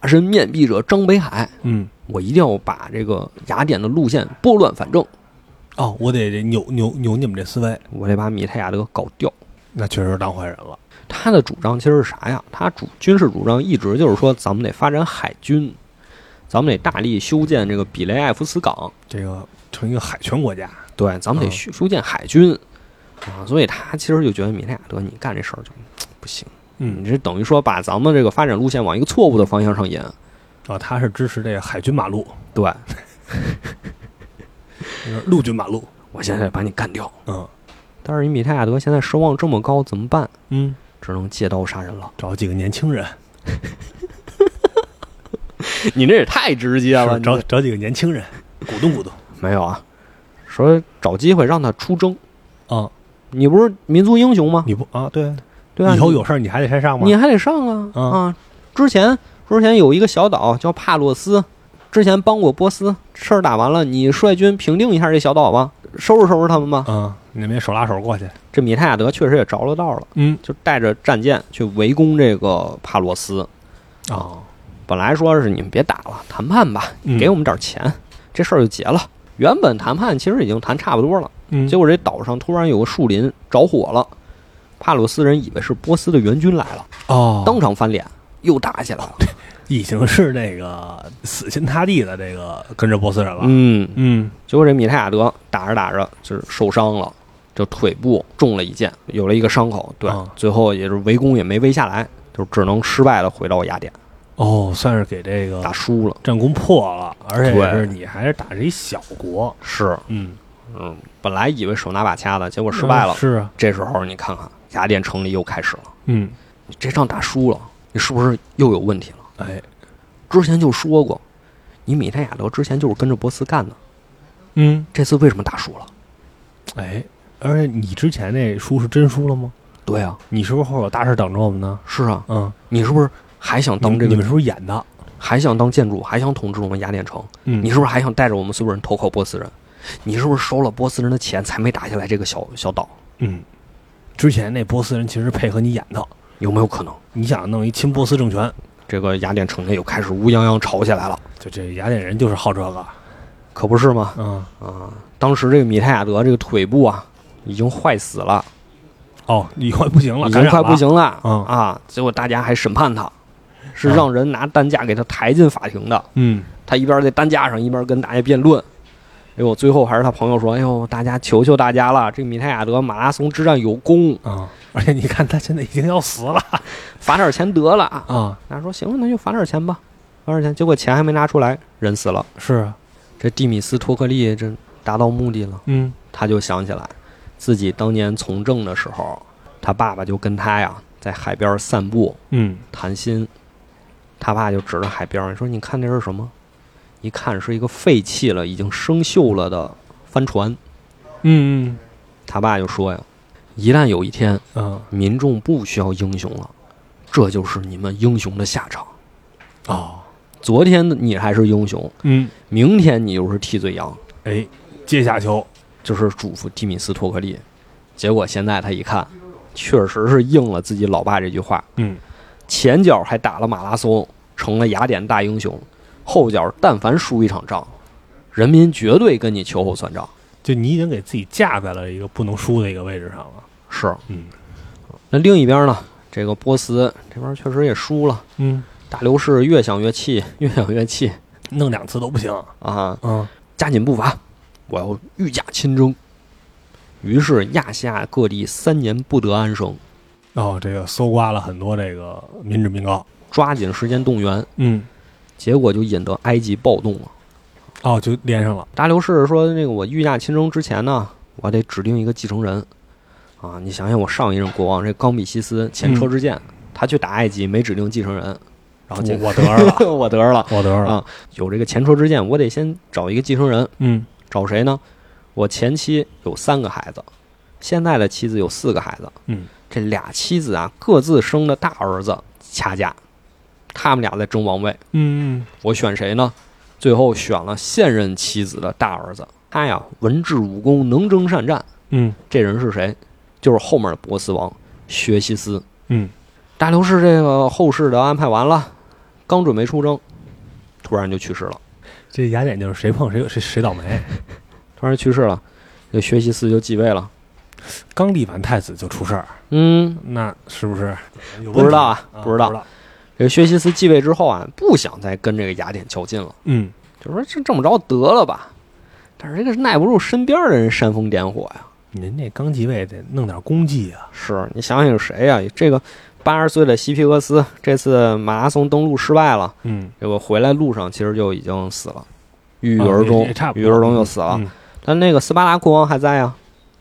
S1: 化身面壁者张北海。
S2: 嗯，
S1: 我一定要把这个雅典的路线拨乱反正，
S2: 哦，我得这扭扭扭你们这思维，
S1: 我得把米泰亚德搞掉。
S2: 那确实当坏人了。
S1: 他的主张其实是啥呀？他主军事主张一直就是说，咱们得发展海军，咱们得大力修建这个比雷埃夫斯港，
S2: 这个成一个海权国家，
S1: 对，咱们得
S2: 嗯
S1: 修修建海军啊。所以他其实就觉得米泰亚德，你干这事儿就不行，你
S2: 嗯，
S1: 这等于说把咱们这个发展路线往一个错误的方向上引。
S2: 啊，他是支持这个海军马路，
S1: 对
S2: 就是陆军马路，
S1: 我现在把你干掉。
S2: 嗯
S1: 但是你米泰亚德现在声望这么高，怎么办？
S2: 嗯，
S1: 只能借刀杀人了。
S2: 找几个年轻人，
S1: 你这也太直接
S2: 是找找几个年轻人鼓动鼓动，
S1: 没有啊？说找机会让他出征。嗯
S2: 啊，
S1: 你不是民族英雄吗？
S2: 你不啊，对，
S1: 对啊，
S2: 以后有事儿你还得先上
S1: 你
S2: 吗？
S1: 你还得上啊、
S2: 嗯
S1: 啊！之前之前有一个小岛叫帕洛斯，之前帮过波斯，事儿打完了，你率军平定一下这小岛吧，收拾收拾他们吧。
S2: 啊，你们也手拉手过去，
S1: 这米泰亚德确实也着了道了，
S2: 嗯
S1: 就带着战舰去围攻这个帕洛斯。
S2: 啊，
S1: 本来说是你们别打了，谈判吧，
S2: 嗯
S1: 给我们点钱，这事儿就结了。原本谈判其实已经谈差不多了，
S2: 嗯
S1: 结果这岛上突然有个树林着火了，帕鲁斯人以为是波斯的援军来了，
S2: 哦，
S1: 当场翻脸，又打起来了。
S2: 已经是那个死心塌地的这个跟着波斯人了。
S1: 嗯，
S2: 嗯
S1: 结果这米泰亚德打着打着就是受伤了，就腿部中了一箭，有了一个伤口。对，
S2: 啊
S1: 最后也是围攻也没围下来，就只能失败的回到雅典，
S2: 哦，算是给这个
S1: 打输了。
S2: 战功破了，而且
S1: 对
S2: 是你还是打着一小国，
S1: 是，
S2: 嗯，
S1: 嗯，本来以为手拿把掐的，结果失败了。
S2: 是啊，
S1: 这时候你看看雅典城里又开始了，
S2: 嗯，
S1: 你这仗打输了，你是不是又有问题了？
S2: 哎，
S1: 之前就说过，你米泰亚德之前就是跟着波斯干的，
S2: 嗯，
S1: 这次为什么打输了？
S2: 哎，而且你之前那书是真书了吗？
S1: 对啊，
S2: 你是不是后边有大事等着我们呢？
S1: 是啊，
S2: 嗯，
S1: 你是不是还想
S2: 你
S1: 当这
S2: 你
S1: 个，
S2: 们是不是演的？
S1: 还想当建筑，还想统治我们雅典城？
S2: 嗯
S1: 你是不是还想带着我们所有人投靠波斯人？你是不是收了波斯人的钱才没打下来这个小小岛？
S2: 嗯，之前那波斯人其实配合你演的，
S1: 有没有可能？
S2: 你想弄一亲波斯政权，
S1: 这个雅典城内又开始乌泱泱吵起来了，
S2: 就这雅典人就是好这个，
S1: 可不是吗？
S2: 嗯，
S1: 啊，当时这个米泰亚德这个腿部啊，已经坏死了，
S2: 哦，你快不行了，
S1: 已经
S2: 感染
S1: 快
S2: 了
S1: 不行了、
S2: 嗯
S1: 啊！结果大家还审判他，是
S2: 啊
S1: 让人拿担架给他抬进法庭的。
S2: 嗯，
S1: 他一边在担架上一边跟大家辩论。哎呦，最后还是他朋友说：“哎呦，大家求求大家了，这米泰亚德马拉松之战有功，
S2: 啊、而且你看他现在已经要死了
S1: 罚点钱得了。”啊，
S2: 啊，
S1: 大家说：“行了，那就罚点钱吧。”罚点钱，结果钱还没拿出来，人死了。
S2: 是啊，
S1: 这蒂米斯托克利这达到目的了，
S2: 嗯
S1: 他就想起来，自己当年从政的时候，他爸爸就跟他呀在海边散步
S2: 嗯
S1: 谈心，他爸就指着海边说：“你看这是什么？”一看是一个废弃了、已经生锈了的帆船。
S2: 嗯
S1: 他爸就说呀：“一旦有一天
S2: 嗯啊
S1: 民众不需要英雄了，这就是你们英雄的下场。
S2: 哦
S1: 昨天你还是英雄，
S2: 嗯，
S1: 明天你就是替罪羊。”
S2: 哎，阶下囚，
S1: 就是嘱咐蒂米斯托克利。结果现在他一看，确实是应了自己老爸这句话，
S2: 嗯
S1: 前脚还打了马拉松，成了雅典大英雄；后脚但凡输一场仗，人民绝对跟你秋后算账。
S2: 就你已经给自己架在了一个不能输的一个位置上了。
S1: 是，
S2: 嗯
S1: 那另一边呢，这个波斯这边确实也输了，
S2: 嗯，
S1: 大流士越想越气，越想越气
S2: 弄两次都不行。
S1: 啊！
S2: 嗯
S1: 加紧步伐，我要御驾亲征。于是亚细亚各地三年不得安生，
S2: 哦，这个搜刮了很多这个民脂民膏。
S1: 抓紧时间动员，
S2: 嗯
S1: 结果就引得埃及暴动了。
S2: 哦，就连上了。
S1: 大流士说：“那个我御驾亲征之前呢，我得指定一个继承人啊。你想想，我上一任国王这冈比西斯前车之鉴，他去打埃及没指定继承人，然后
S2: 我
S1: 这
S2: 我嗯得了，
S1: 个 我得了，
S2: 我得了。
S1: 啊有这个前车之鉴，我得先找一个继承人，
S2: 嗯
S1: 找谁呢？我前妻有三个孩子，现在的妻子有四个孩子，
S2: 嗯，
S1: 这俩妻子啊各自生的大儿子掐架，他们俩在争王位。”
S2: 嗯
S1: 我选谁呢？最后选了现任妻子的大儿子。他呀，文治武功，能征善战。
S2: 嗯
S1: 这人是谁？就是后面的波斯王薛西斯。
S2: 嗯
S1: 大流士这个后事的安排完了，刚准备出征，突然就去世了。
S2: 这雅典就是谁碰谁谁谁倒霉。
S1: 突然去世了，这薛西斯就继位了。
S2: 刚立完太子就出事儿，
S1: 嗯，
S2: 那是不是有问题？
S1: 不知道啊
S2: 啊，
S1: 不知道
S2: 不知道。
S1: 这薛西斯继位之后啊，不想再跟这个雅典较劲了，
S2: 嗯，
S1: 就说这这么着得了吧。但是这个耐不住身边的人煽风点火呀。
S2: 您这刚继位得弄点功绩啊。
S1: 是你想想有谁呀、这个八十岁的西皮俄斯，这次马拉松登陆失败了，
S2: 嗯，
S1: 结果回来路上其实就已经死了，郁郁而终
S2: 啊也也差，不
S1: 郁
S2: 多
S1: 郁而终就死了。
S2: 嗯
S1: 但那个斯巴达国王还在呀、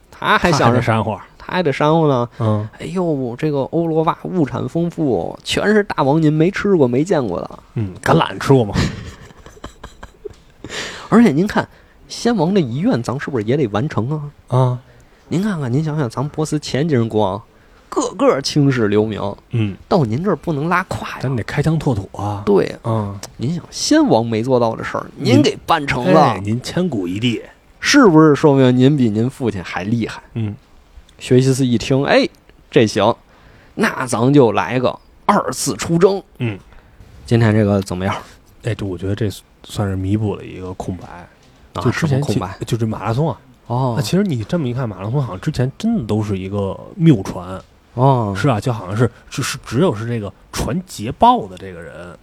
S1: 他还想
S2: 着
S1: 着
S2: 山花。
S1: 他还得煽乎呢。
S2: 嗯，
S1: 哎呦，这个欧罗巴物产丰富，全是大王您没吃过、没见过的。
S2: 嗯，橄榄吃过吗？
S1: 而且您看，先王的遗愿，咱们是不是也得完成啊？
S2: 啊，
S1: 您看看，您想想，咱们波斯前几任国王，个个青史留名，
S2: 嗯，
S1: 到您这儿不能拉胯
S2: 咱
S1: 呀。
S2: 们得开疆拓土啊。
S1: 对呀
S2: 嗯，
S1: 您想，先王没做到的事儿，
S2: 您
S1: 您给办成了，
S2: 哎您千古一帝。
S1: 是不是说明您比您父亲还厉害？
S2: 嗯，
S1: 学习斯一听，哎，这行，那咱就来个二次出征。
S2: 嗯，
S1: 今天这个怎么样？
S2: 哎，这我觉得这算是弥补了一个空白，
S1: 啊，
S2: 就之
S1: 什么
S2: 前
S1: 空
S2: 其
S1: 白，
S2: 就这马拉松啊。那
S1: 哦
S2: 其实你这么一看，马拉松好像之前真的都是一个谬传，
S1: 哦，
S2: 是啊，就好像是只是只有是这个传捷报的这个人，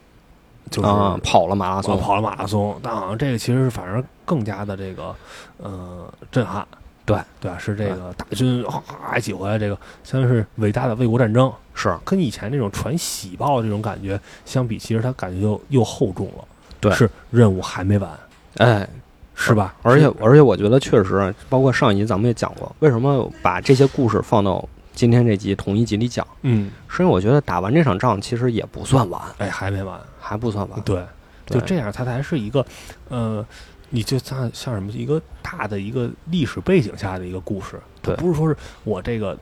S2: 就是
S1: 啊，跑了马拉
S2: 我
S1: 松，
S2: 跑了马拉松，但好像这个其实是反而更加的这个呃震撼。
S1: 对
S2: 对啊，是这个大军哗一起回来，这个相当于是伟大的卫国战争，
S1: 是
S2: 跟以前那种传喜报这种感觉相比，其实它感觉又又厚重了。
S1: 对
S2: 是任务还没完，
S1: 哎，
S2: 是吧？
S1: 而且
S2: 是
S1: 而且我觉得确实，包括上一集咱们也讲过，为什么把这些故事放到今天这集同一集里讲，
S2: 嗯，
S1: 是因为我觉得打完这场仗其实也不算完，
S2: 哎，还没完。
S1: 还不算完，
S2: 对，
S1: 对
S2: 就这样，它才是一个，呃，你就像像什么一个大的一个历史背景下的一个故事，它
S1: 对
S2: 不是说是我这个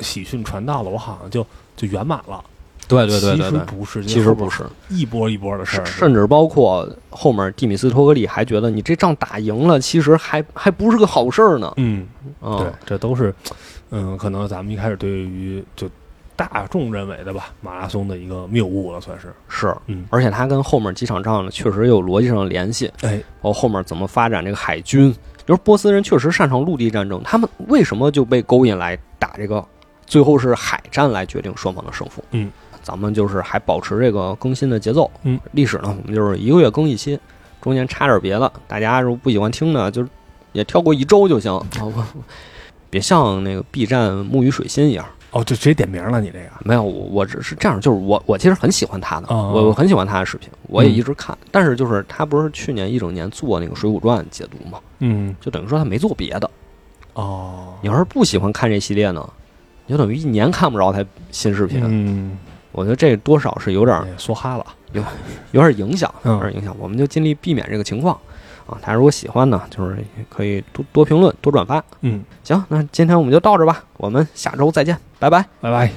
S2: 喜讯传到了，我好像就就圆满了，
S1: 对对对对
S2: 其实
S1: 对，
S2: 不是，
S1: 其实不，是，
S2: 一波一波的事儿，
S1: 甚至包括后面蒂米斯托克利还觉得你这仗打赢了，其实还还不是个好事儿呢。
S2: 嗯，
S1: 啊、
S2: 对，这都是，嗯，可能咱们一开始对于就大众认为的吧，马拉松的一个谬误了，算是，
S1: 是，
S2: 嗯，
S1: 而且他跟后面几场仗呢，确实有逻辑上的联系，
S2: 哎，
S1: 包括后面怎么发展这个海军。比如波斯人确实擅长陆地战争，他们为什么就被勾引来打这个？最后是海战来决定双方的胜负。
S2: 嗯，
S1: 咱们就是还保持这个更新的节奏。
S2: 嗯，
S1: 历史呢，我们就是一个月更一期，中间插点别的，大家如果不喜欢听呢，就是也跳过一周就行，好吧？别像那个 B 站木鱼水心一样。
S2: 哦，就直接点名了，你这个，
S1: 没有，我我只是这样，就是我我其实很喜欢他的，
S2: 哦
S1: 我我很喜欢他的视频，我也
S2: 嗯
S1: 一直看。但是就是他不是去年一整年做那个《水浒传》解读嘛，
S2: 嗯，
S1: 就等于说他没做别的，
S2: 哦，
S1: 你要是不喜欢看这系列呢，你就等于一年看不着他新视频。
S2: 嗯，
S1: 我觉得这多少是有点
S2: 也说哈了，
S1: 有点影响，
S2: 嗯
S1: 有点影响。我们就尽力避免这个情况啊。大家如果喜欢呢，就是可以多多评论、多转发。
S2: 嗯，
S1: 行，那今天我们就到这吧，我们下周再见，拜拜。
S2: 拜拜。